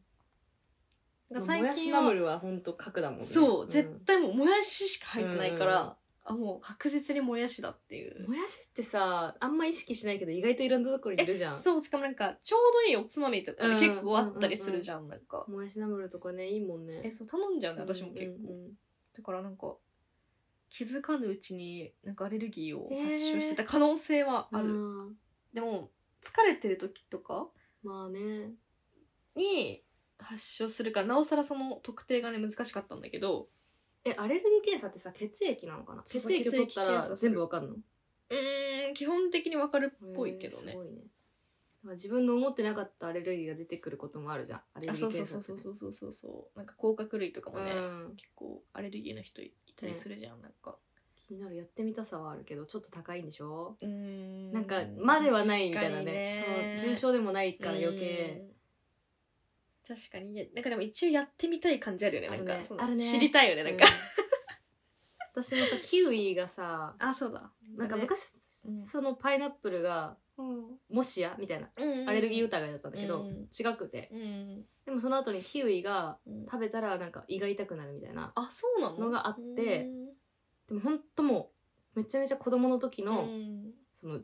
Speaker 2: う
Speaker 1: なん
Speaker 2: んも
Speaker 1: か
Speaker 2: や
Speaker 1: 最
Speaker 2: し
Speaker 1: 近
Speaker 2: ナム
Speaker 1: は
Speaker 2: ルは本当核だもんね
Speaker 1: そう、
Speaker 2: ん
Speaker 1: 絶対もうもやししか入ってないから、
Speaker 2: うん
Speaker 1: あもう確実にもやしだっていう、
Speaker 2: もやしってさあんま意識しないけど意外といろんなところにいるじゃん
Speaker 1: そうしかもなんかちょうどいいおつまみとかで結構あったりするじゃん,、なんか
Speaker 2: もやしナムルとかねいいもんね
Speaker 1: えそう頼んじゃうね私も結構、
Speaker 2: うんうん
Speaker 1: だからなんか気づかぬうちになんかアレルギーを発症してた可能性はある、
Speaker 2: うん
Speaker 1: でも疲れてる時とか
Speaker 2: まあね
Speaker 1: に発症するからなおさらその特定がね難しかったんだけど
Speaker 2: えアレルギー検査ってさ血液なのかな
Speaker 1: そう
Speaker 2: 血
Speaker 1: そう
Speaker 2: 液取った
Speaker 1: 血液
Speaker 2: ら
Speaker 1: 検査する
Speaker 2: 全部わかんの
Speaker 1: うーん基本的にわかるっぽいけど
Speaker 2: へーす
Speaker 1: ね
Speaker 2: ごいねだから自分の思ってなかったアレルギーが出てくることもあるじゃんアレル
Speaker 1: あ
Speaker 2: ギー
Speaker 1: そうそ
Speaker 2: 検
Speaker 1: うそ
Speaker 2: 査
Speaker 1: うそうそうそうそうそうなんか甲殻類とかもね、
Speaker 2: うん
Speaker 1: 結構アレルギーの人いたりするじゃん、なんか
Speaker 2: 気になるやってみたさはあるけどちょっと高いんでしょ
Speaker 1: うーん
Speaker 2: なんかまではないみたいな
Speaker 1: 確かに
Speaker 2: ねそう重症でもないから余計
Speaker 1: うん確かにいやなんかでも一応やってみたい感じあるよねなん
Speaker 2: あ
Speaker 1: か、
Speaker 2: るね
Speaker 1: その
Speaker 2: あるね
Speaker 1: 知りたいよねなんか、
Speaker 2: うん 私もさキウイがさ
Speaker 1: あそうだ
Speaker 2: なんか
Speaker 1: ね
Speaker 2: 昔
Speaker 1: うん
Speaker 2: そのパイナップルがもしやみたいな
Speaker 1: うん
Speaker 2: アレルギー疑いだったんだけ
Speaker 1: う
Speaker 2: ど
Speaker 1: ん
Speaker 2: 違くて
Speaker 1: うん、
Speaker 2: でもその後にキウイが
Speaker 1: うん
Speaker 2: 食べたらなんか胃が痛くなるみたいな
Speaker 1: あそうなの
Speaker 2: のがあって
Speaker 1: うん
Speaker 2: でもほんともうめちゃめちゃ子供の時
Speaker 1: う
Speaker 2: の
Speaker 1: ん
Speaker 2: その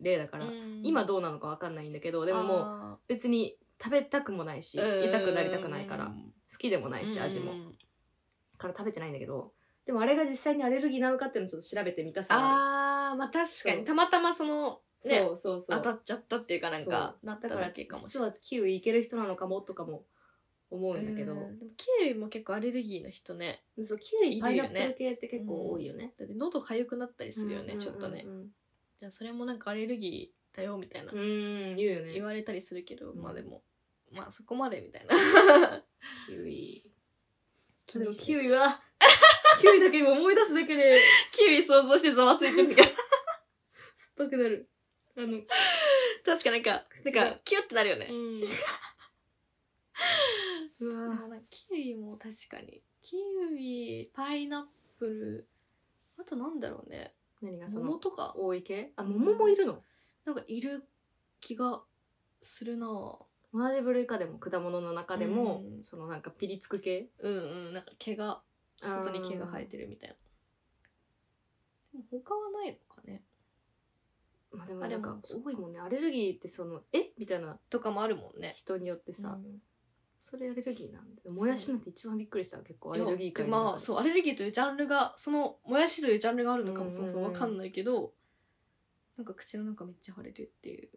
Speaker 2: 例だから
Speaker 1: うん
Speaker 2: 今どうなのかわかんないんだけどでももう
Speaker 1: あ
Speaker 2: 別に食べたくもないし
Speaker 1: ー
Speaker 2: 痛くなりたくないから
Speaker 1: う
Speaker 2: 好
Speaker 1: ん
Speaker 2: きでもないし味も
Speaker 1: うん
Speaker 2: から食べてないんだけどでもあれが実際にアレルギーなのかっていうのをちょっと調べてみたさはあ
Speaker 1: あーまあ確か
Speaker 2: そ
Speaker 1: に
Speaker 2: う
Speaker 1: たまたまその
Speaker 2: る
Speaker 1: ね
Speaker 2: そうそうそう
Speaker 1: 当たっちゃったっていうかなんか
Speaker 2: そう
Speaker 1: なっただけかもしれ
Speaker 2: 実
Speaker 1: ない
Speaker 2: はキウイいける人なのかもとかも思うんだけど
Speaker 1: うんでもキウイも結構アレルギーの人ね
Speaker 2: そうキウ
Speaker 1: いる
Speaker 2: イ
Speaker 1: よね
Speaker 2: パイナップル系って結構多いよね
Speaker 1: だって喉痒くなったりするよね、
Speaker 2: うん
Speaker 1: ちょっとね
Speaker 2: うん
Speaker 1: いやそれもなんかアレルギーだよみたいな、
Speaker 2: うんうん言うよね
Speaker 1: 言われたりするけど、
Speaker 2: うん
Speaker 1: まあでもまあそこまでみたいな
Speaker 2: キウイ
Speaker 1: 気
Speaker 2: でも
Speaker 1: にして
Speaker 2: キウ イはキウイだけ今思い出すだけで
Speaker 1: キウイ想像してざわついて るけど
Speaker 2: 酸っぱくなるあの
Speaker 1: 確かなんかなんかキュッてなるよね、
Speaker 2: うんう
Speaker 1: で
Speaker 2: わ
Speaker 1: もなんかキウイも確かにキウイパイナップルあとなんだろうね
Speaker 2: 何がそ
Speaker 1: 桃
Speaker 2: の
Speaker 1: とか
Speaker 2: 多い系あ桃もいるの
Speaker 1: なんかいる気がするなぁ
Speaker 2: 同じ部類かでも果物の中でも
Speaker 1: うん
Speaker 2: そのなんかピリつく系
Speaker 1: うんうんなんか毛が外に毛が生えてるみたいなでも他はないのかね
Speaker 2: まあでも
Speaker 1: あ
Speaker 2: なんか
Speaker 1: でも
Speaker 2: 多いもんねアレルギーってそのえみたいな
Speaker 1: とかもあるもんね
Speaker 2: 人によって
Speaker 1: さ
Speaker 2: さ、それアレルギーなんだ
Speaker 1: う
Speaker 2: もやしなんて一番びっくりしたわ結構アレルギー界
Speaker 1: いやまあ
Speaker 2: う
Speaker 1: そうアレルギーというジャンルがそのもやしというジャンルがあるのかもそもそもわかんないけど、なんか口の中めっちゃ腫れるっていう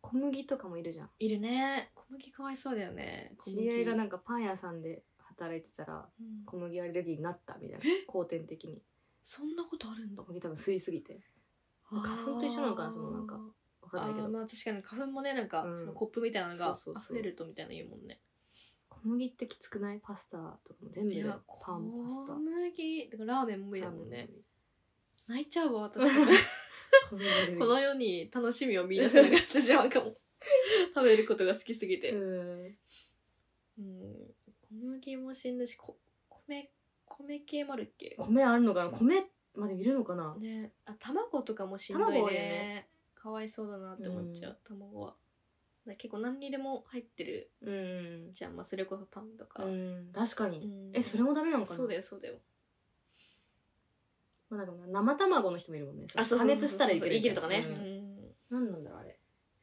Speaker 2: 小麦とかもいるじゃん
Speaker 1: いるね小麦かわいそうだよね小
Speaker 2: 知
Speaker 1: 麦
Speaker 2: り合いがなんかパン屋さんで働いてたら
Speaker 1: うん
Speaker 2: 小麦アレルギーになったみたいな後天的に
Speaker 1: そんなことあるんだ
Speaker 2: 小麦多分吸いすぎて
Speaker 1: 花
Speaker 2: 花粉と一緒なのかなそのなんかわかんないけど
Speaker 1: まあ確かに花粉もねなんか、
Speaker 2: うん
Speaker 1: そのコップみたいなのが
Speaker 2: そうそうそう
Speaker 1: 溢れるとみたいなの言うもんね
Speaker 2: 小麦ってきつくないパスタとかも全部
Speaker 1: い
Speaker 2: で
Speaker 1: や
Speaker 2: パンパスタ
Speaker 1: 小麦だからラーメンも無理だもんね泣いちゃうわ私
Speaker 2: 小麦アレルギー
Speaker 1: この世に楽しみを見出せなかったじゃんか も食べることが好きすぎて、
Speaker 2: うん
Speaker 1: うん小麦も死んだしこ米米系もあるっけ
Speaker 2: 米あるのかな米までいるのかな
Speaker 1: ねあ卵とかもしんどいね
Speaker 2: 卵多いよね
Speaker 1: かわいそうだなって思っちゃう、卵はだから結構何にでも入ってる
Speaker 2: うん、
Speaker 1: じゃん、まあ、それこそパンとか、
Speaker 2: うん、確かに、
Speaker 1: うん
Speaker 2: えそれもダメなのかな
Speaker 1: そうだよそうだよ
Speaker 2: まあ、なんか生卵の人もいるもんね
Speaker 1: あそうそうそう
Speaker 2: 加熱したらいける
Speaker 1: いけるとかね、
Speaker 2: うん
Speaker 1: うんで
Speaker 2: 何なんだろうあれ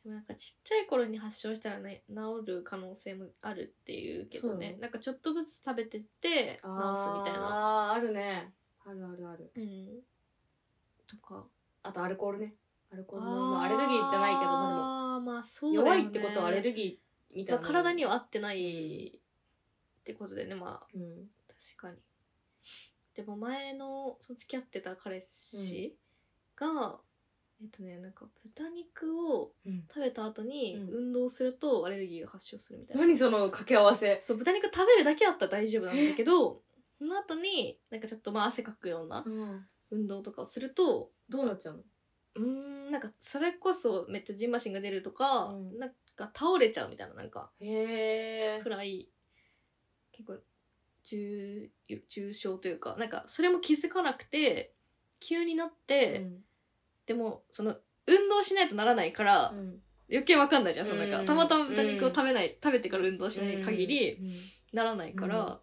Speaker 1: もなんかちっちゃい頃に発症したらね治る可能性もあるっていうけど
Speaker 2: そうな
Speaker 1: ね
Speaker 2: の
Speaker 1: なんかちょっとずつ食べてって治すみたいな
Speaker 2: あーあるねあるあるある
Speaker 1: うんとか
Speaker 2: あとアルコールねアルコールもまあアレルギーじゃないけどまあでも
Speaker 1: あーまあそうだよね
Speaker 2: 弱いってことはアレルギーみたい
Speaker 1: まあ
Speaker 2: な、
Speaker 1: 体には合ってないってことでねまあ
Speaker 2: うん
Speaker 1: 確かにでも前のその付き合ってた彼氏が、えっとねなんか豚肉を
Speaker 2: うん
Speaker 1: 食べた後に
Speaker 2: うん
Speaker 1: 運動するとアレルギーが発症するみたいな、
Speaker 2: 何その掛け合わせ
Speaker 1: そう豚肉食べるだけだったら大丈夫なんだけどその後になんかちょっとまあ汗かくような運動とかをすると
Speaker 2: どうなっちゃうの
Speaker 1: うーんなんかそれこそめっちゃジンマシンが出るとか、
Speaker 2: うん
Speaker 1: なんか倒れちゃうみたいななんか
Speaker 2: へえ
Speaker 1: くらい結構重重症というかなんかそれも気づかなくて急になって、でもその運動しないとならないから、余計わかんないじゃんそのなんか、
Speaker 2: うん
Speaker 1: たまたま豚肉を食べない、食べてから運動しない限りならないから、
Speaker 2: うん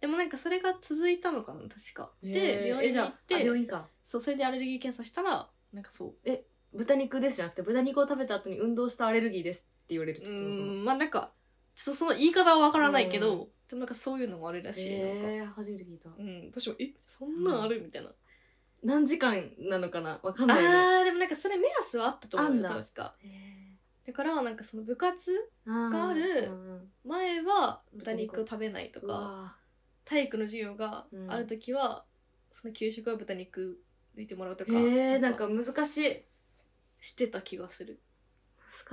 Speaker 1: でもなんかそれが続いたのかな確か。で病院に行っ
Speaker 2: えじゃああ病
Speaker 1: て
Speaker 2: 院か
Speaker 1: そうそれでアレルギー検査したらなんかそう
Speaker 2: 豚肉ですじゃなくて豚肉を食べた後に運動したアレルギーですって言われるって
Speaker 1: う
Speaker 2: こ
Speaker 1: ー
Speaker 2: と
Speaker 1: んまあなんかちょっとその言い方はわからないけど、
Speaker 2: うん
Speaker 1: でもなんかそういうのもあるらしい、なんか
Speaker 2: え初めて聞いた
Speaker 1: うん、私も「えそんなんある?」みたいな
Speaker 2: 何時間なのかなわかんないよね
Speaker 1: あーでもなんかそれ目安はあったと思うよ
Speaker 2: あんだ
Speaker 1: 確か
Speaker 2: へ
Speaker 1: だからなんかその部活
Speaker 2: ー
Speaker 1: がある
Speaker 2: うんうん
Speaker 1: 前は豚
Speaker 2: 豚肉
Speaker 1: 肉を食べないと
Speaker 2: う
Speaker 1: か
Speaker 2: わ
Speaker 1: 体育の授業が
Speaker 2: うん
Speaker 1: ある時は、その給食は豚肉抜いてもらうとか
Speaker 2: へえなんか難しい
Speaker 1: してた気がする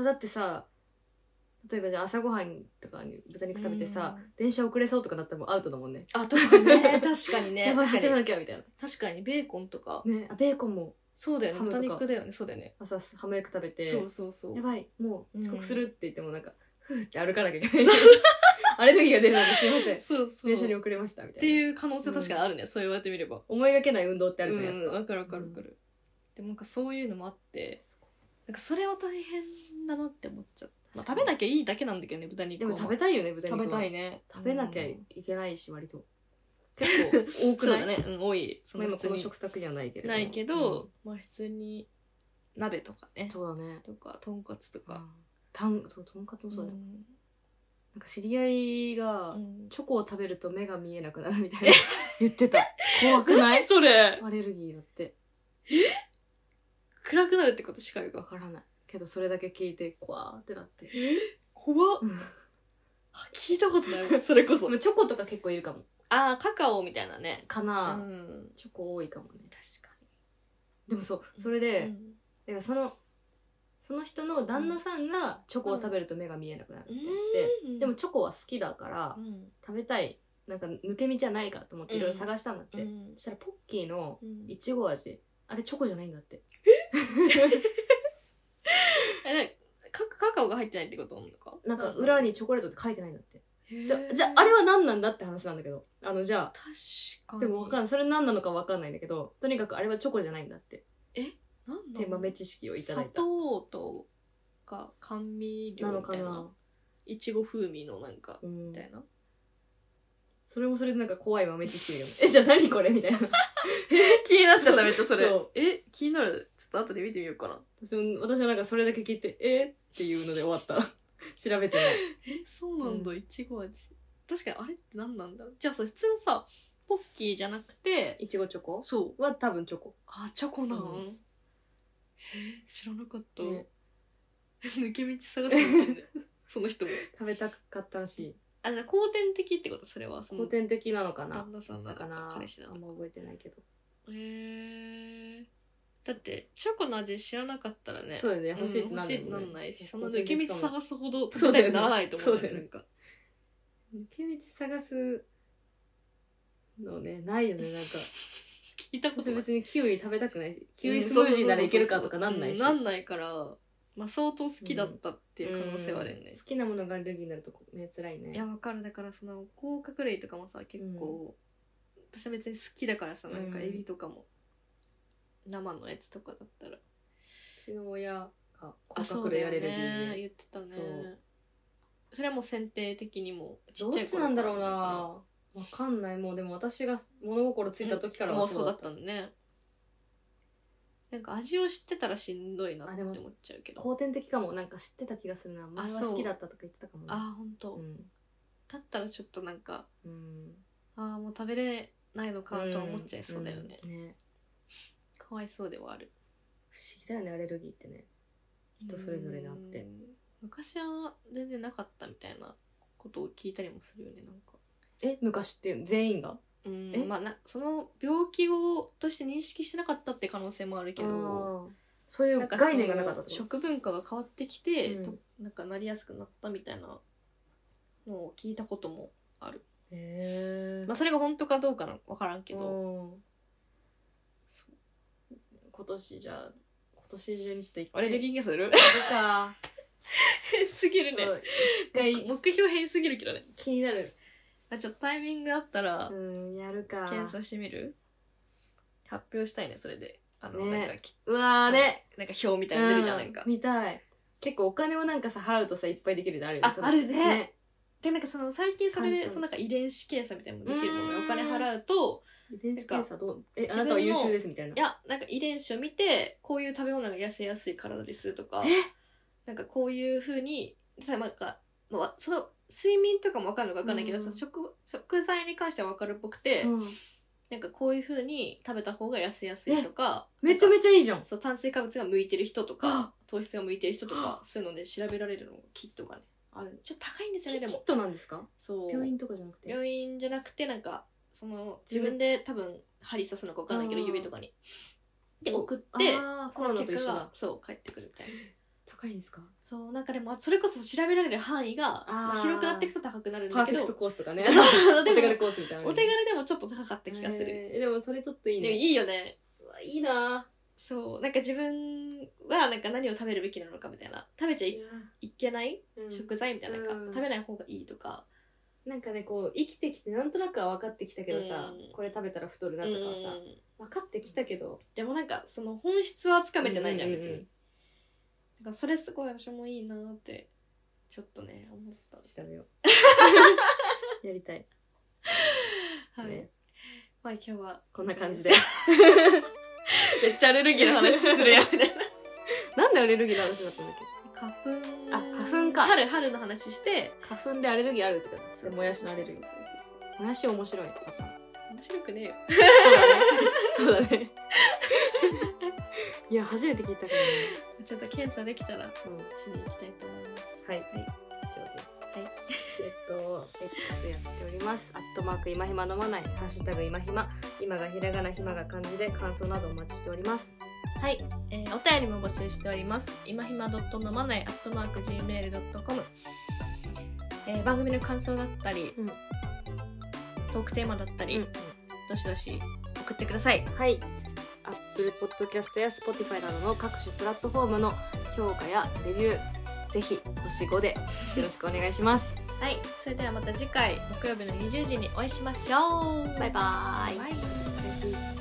Speaker 2: だってさ例えばじゃあ朝ごはんとかに豚肉食べてさ、
Speaker 1: うん
Speaker 2: 電車遅れそうとかなったらもうアウトだもんね
Speaker 1: あとかね 確かにね
Speaker 2: やばい
Speaker 1: 確
Speaker 2: 走ら
Speaker 1: かに
Speaker 2: なきゃみたいな
Speaker 1: 確かにベーコンとか
Speaker 2: ねあベーコンも
Speaker 1: そうだよね
Speaker 2: ハムと
Speaker 1: 豚
Speaker 2: か
Speaker 1: 肉だよねそうだよね
Speaker 2: 朝ハムエッグ食べて
Speaker 1: そうそうそう
Speaker 2: やばいもう遅刻するって言ってもなんか、ふーって歩かなきゃいけない
Speaker 1: そう
Speaker 2: アレルギーが出るのですいません
Speaker 1: そうそう
Speaker 2: 電車に
Speaker 1: っ
Speaker 2: 遅れましたみた
Speaker 1: て
Speaker 2: いな
Speaker 1: いう可能性確かにあるね、そう言われてみれば
Speaker 2: 思いがけない運動ってあるじゃん、やっぱ
Speaker 1: うんわかるわかるわかる、でもなんかそういうのもあってなんかそれは大変だなって思っちゃった、まあ、食べなきゃいいだけなんだけどね豚肉
Speaker 2: で
Speaker 1: は
Speaker 2: も食べたいよね豚肉
Speaker 1: 食
Speaker 2: は
Speaker 1: べたいね
Speaker 2: 食べなきゃ
Speaker 1: うん
Speaker 2: いけないし割と結構多く
Speaker 1: そう
Speaker 2: ない
Speaker 1: だね、うん、多いそ
Speaker 2: まあ、
Speaker 1: の普通
Speaker 2: 今この
Speaker 1: に
Speaker 2: 食卓にはないけれども
Speaker 1: ないけど、まあ普通に鍋とか
Speaker 2: う
Speaker 1: ね
Speaker 2: んそうだね
Speaker 1: とかとんかつと
Speaker 2: うん
Speaker 1: か、
Speaker 2: たんそうとんかつもそうだよ、
Speaker 1: ん
Speaker 2: なんか知り合いが
Speaker 1: うん
Speaker 2: チョコを食べると目が見えなくなるみたいな言っ てた怖くな
Speaker 1: 何
Speaker 2: い
Speaker 1: それ
Speaker 2: アレルギーだって
Speaker 1: 暗くなるってこと視界
Speaker 2: わ
Speaker 1: が
Speaker 2: からないけどそれだけ聞いて怖ーってなって
Speaker 1: 怖っ
Speaker 2: うん
Speaker 1: あ聞いたことないわそ れこそ
Speaker 2: でもチョコとか結構いるかも
Speaker 1: ああカカオみたいなね
Speaker 2: か
Speaker 1: う
Speaker 2: な、
Speaker 1: ん
Speaker 2: チョコ多いかもね
Speaker 1: 確か
Speaker 2: でもそうそれで、
Speaker 1: に、
Speaker 2: だからそのその人の旦那さんがチョコを食べると目が見えなくなるって言ってて、
Speaker 1: うん
Speaker 2: でもチョコは好きだから
Speaker 1: うん
Speaker 2: 食べたいなんか抜け道じゃないかと思っていろいろ探したんだって、
Speaker 1: うん
Speaker 2: そしたらポッキーの
Speaker 1: うん
Speaker 2: いちご味あれチョコじゃないんだって
Speaker 1: え、なんかカカカオが入ってないってことなのか
Speaker 2: なんか裏
Speaker 1: に。
Speaker 2: にチョコレートって書いてないんだって、
Speaker 1: へー
Speaker 2: じゃじゃああれは何なんだって話なんだけどあのじゃ
Speaker 1: 確か
Speaker 2: あ
Speaker 1: に。
Speaker 2: でもわかん
Speaker 1: ん
Speaker 2: ないそれ何なのかわかんないんだけどとにかくあれはチョコじゃないんだって
Speaker 1: なんだ
Speaker 2: って
Speaker 1: ろう
Speaker 2: 豆知識をいただいた
Speaker 1: 砂糖とか甘味料
Speaker 2: なの
Speaker 1: み
Speaker 2: か
Speaker 1: たい
Speaker 2: な
Speaker 1: な。、いちご風味のなんか、
Speaker 2: うん
Speaker 1: みたいな。
Speaker 2: それもそれでなんか怖い豆知識だよねえじゃあ何これみたいな
Speaker 1: 気になっちゃった、めっちゃそれ
Speaker 2: そう。
Speaker 1: え、気になる。ちょっと後で見てみようかな。
Speaker 2: 私も私はなんかそれだけ聞いてえーっていうので終わった 調べてない
Speaker 1: え、そうなんだ、いちご味。確かに、あれって何なんだろう。じゃあさ、普通のさ、ポッキーじゃなくて、
Speaker 2: いちごチョコ
Speaker 1: そう。
Speaker 2: は多分チョコ、
Speaker 1: あ、チョコなん。
Speaker 2: う
Speaker 1: え、知らなかった。
Speaker 2: ね、
Speaker 1: 抜け道探してるん だよねその人も
Speaker 2: 食べたかったらしい
Speaker 1: あじゃあ後天的ってことそれはその
Speaker 2: 古典的なのかな
Speaker 1: 旦那さんな
Speaker 2: だ
Speaker 1: のか
Speaker 2: かな
Speaker 1: 彼氏な
Speaker 2: あ
Speaker 1: の
Speaker 2: んま覚えてないけど、
Speaker 1: へえだってチョコの味知らなかったらね
Speaker 2: そう
Speaker 1: う
Speaker 2: だよね欲しいってな
Speaker 1: なんん
Speaker 2: だ
Speaker 1: ね欲し
Speaker 2: よね
Speaker 1: いってなんないしそんな
Speaker 2: の
Speaker 1: 抜け道探すほど食
Speaker 2: そう
Speaker 1: べ
Speaker 2: だ
Speaker 1: た
Speaker 2: よね
Speaker 1: くならないと思う,、
Speaker 2: そうだよね
Speaker 1: なんか
Speaker 2: 抜け道探すのねないよねなんか
Speaker 1: 聞いたこと
Speaker 2: 私
Speaker 1: ない
Speaker 2: 別にキウイ食べたくないしキウイスムージーならいけるかとかなんないし、
Speaker 1: うなんないからまあ相当好きだったっていう可能性はあるよね
Speaker 2: うん、好きなものがアレルギーになるとね辛いね
Speaker 1: いやわかるだからその甲殻類とかもさ結構、私は別に好きだからさなんか
Speaker 2: うん
Speaker 1: エビとかも、生のやつとかだったら
Speaker 2: うちの親が
Speaker 1: あ
Speaker 2: 甲
Speaker 1: そ
Speaker 2: 殻
Speaker 1: うだ
Speaker 2: 類
Speaker 1: よ
Speaker 2: アレルギー
Speaker 1: ね
Speaker 2: で
Speaker 1: 言ってたね
Speaker 2: そう
Speaker 1: それはもう選定的にも
Speaker 2: どっち
Speaker 1: 頃
Speaker 2: なんだ
Speaker 1: から
Speaker 2: ろうなわかんないもうでも私が物心ついた時から
Speaker 1: も
Speaker 2: は
Speaker 1: うそうだったんだねなんか味を知ってたらしんどいなって
Speaker 2: あでも
Speaker 1: 思っちゃうけど
Speaker 2: 後天的かもなんか知ってた気がするな前は
Speaker 1: そう
Speaker 2: 好きだったとか言ってたかも
Speaker 1: ああ本当、
Speaker 2: うん
Speaker 1: だったらちょっとなんか
Speaker 2: うん
Speaker 1: ああもう食べれないのかとは思っちゃいそうだよね、
Speaker 2: うんね
Speaker 1: かかわいそうではある
Speaker 2: 不思議だよねアレルギーってね人それぞれにあって
Speaker 1: うん昔は全然なかったみたいなことを聞いたりもするよねなんか
Speaker 2: え昔って全員が
Speaker 1: うん
Speaker 2: え
Speaker 1: まあなその病気をとして認識してなかったって可能性もあるけど
Speaker 2: あーそうい
Speaker 1: そ
Speaker 2: う
Speaker 1: の
Speaker 2: 概念がなかったってこと
Speaker 1: 食文化が変わってきて、
Speaker 2: うん
Speaker 1: となんかなりやすくなったみたいなのを聞いたこともある、
Speaker 2: へえ
Speaker 1: まあ、それが本当かどうかな分からんけ
Speaker 2: け
Speaker 1: ど、
Speaker 2: ど今年じゃあ今年中にして
Speaker 1: アレルギー検査する
Speaker 2: ー か
Speaker 1: 変すぎるね
Speaker 2: そう一回
Speaker 1: 目標変すぎるけどね
Speaker 2: 気になる
Speaker 1: あちょっとタイミングあったら
Speaker 2: うんやるか
Speaker 1: 検査してみる発表したいねそれであの、
Speaker 2: ね
Speaker 1: なんかき
Speaker 2: うわーね
Speaker 1: なんか表みたいなの出るじゃんなんか
Speaker 2: 見たい結構お金をなんかさ払うとさいっぱいできるのあるよ
Speaker 1: ああるね
Speaker 2: ね
Speaker 1: でなんかその最近それ
Speaker 2: 簡
Speaker 1: で
Speaker 2: 単
Speaker 1: そのなんか遺伝子検査みたいなのもできるもんね
Speaker 2: うん
Speaker 1: お金払うと
Speaker 2: 遺伝子検査どうえあ
Speaker 1: 自
Speaker 2: な
Speaker 1: 分の
Speaker 2: たは優秀ですみたいない
Speaker 1: やなんか遺伝子を見てこういう食べ物が痩せやすい体ですとかなんかこういうふうにさなんか、まあ、その睡眠とかも分かるのか分かんないけど、
Speaker 2: うん
Speaker 1: その食食材に関しては分かるっぽくて、
Speaker 2: うん
Speaker 1: なんかこういうふうに食べた方が痩せやすいとか
Speaker 2: めち
Speaker 1: な
Speaker 2: ゃ
Speaker 1: んか
Speaker 2: めちゃいいじゃん
Speaker 1: そう炭水化物が向いてる人と
Speaker 2: あ
Speaker 1: か糖質が向いてる人とかそういうので調べられるのキットがねあるちょっと高いんですよねで
Speaker 2: キッ
Speaker 1: も
Speaker 2: トなんですか
Speaker 1: そう
Speaker 2: 病院とかじゃなくて
Speaker 1: 病院じゃなくてなんかその
Speaker 2: 自
Speaker 1: 自
Speaker 2: 分
Speaker 1: 分で多分針刺すのか分からないけど
Speaker 2: うん
Speaker 1: 指とかにで
Speaker 2: お
Speaker 1: 送って
Speaker 2: あー
Speaker 1: そ
Speaker 2: コロ
Speaker 1: の
Speaker 2: ナと
Speaker 1: 結
Speaker 2: 一緒
Speaker 1: 果が
Speaker 2: だ
Speaker 1: そう返ってくるみたいな
Speaker 2: 高いんですか
Speaker 1: そうなんかでもそれこそ調べられる範囲が
Speaker 2: あー
Speaker 1: 広くなっていくと高くなるん
Speaker 2: パー
Speaker 1: だ
Speaker 2: フ
Speaker 1: け
Speaker 2: ェ
Speaker 1: ど
Speaker 2: クトコースとか ね
Speaker 1: そう
Speaker 2: お
Speaker 1: で
Speaker 2: 手
Speaker 1: も
Speaker 2: 軽コースみたいなの
Speaker 1: お手軽でもちょっと高かった気がする
Speaker 2: えーでもそれちょっといい
Speaker 1: でも
Speaker 2: ね
Speaker 1: いいよね
Speaker 2: うわいいな
Speaker 1: そうなんか自分はなんか何を食べるべきなのかみたいな食べちゃいいけない
Speaker 2: うん
Speaker 1: 食材みたいななんか、
Speaker 2: うん
Speaker 1: 食べない方がいいとか
Speaker 2: なんかねこう生きてきてなんとなくは分かってきたけどさ、
Speaker 1: うん
Speaker 2: これ食べたら太るなとかはさ、
Speaker 1: うん
Speaker 2: 分かってきたけど
Speaker 1: でもなんかその本質はつかめてないじゃん
Speaker 2: うんうん
Speaker 1: 別
Speaker 2: うん
Speaker 1: に、なんかそれすごい私もいいなーってちょっとね思っ
Speaker 2: 調べよ うやりたい、
Speaker 1: たはい、
Speaker 2: ね
Speaker 1: まあ今日は
Speaker 2: こんな感 じで
Speaker 1: めっちゃアレルギーの話するやんみたいな
Speaker 2: なんでアレルギーの話だったんだっ
Speaker 1: 花粉
Speaker 2: あ花粉か
Speaker 1: 春春の話して
Speaker 2: け花粉でアレルギーあるってことですもやしのアレルギ
Speaker 1: そうそうそうそう
Speaker 2: ーもやし面白い
Speaker 1: 面白くねえよ
Speaker 2: そうだねそうだねいや初めて聞いたからね、
Speaker 1: ちょっと検査できたら
Speaker 2: うん、はい
Speaker 1: しに行きたいと思います
Speaker 2: はい以上です
Speaker 1: はい
Speaker 2: えっと、X やっております。アットマーク今暇飲まない、ハッシュタグ今暇、今がひらがな、暇が漢字で感想などお待ちしております。
Speaker 1: はい、えー、お便りも募集しております。今ひまドット飲まないアットマーク gmail ドットコム。えー、番組の感想だったり、
Speaker 2: うん
Speaker 1: トークテーマだったり、
Speaker 2: うん
Speaker 1: どしどし送ってください。
Speaker 2: はい。Apple Podcast や Spotify などの各種プラットフォームの評価やレビュー、ぜひ星5でよろしくお願いします。
Speaker 1: はい、それではまた次回木曜日の20時にお会いしましょう。
Speaker 2: バイバーイ。
Speaker 1: バイ
Speaker 2: バイ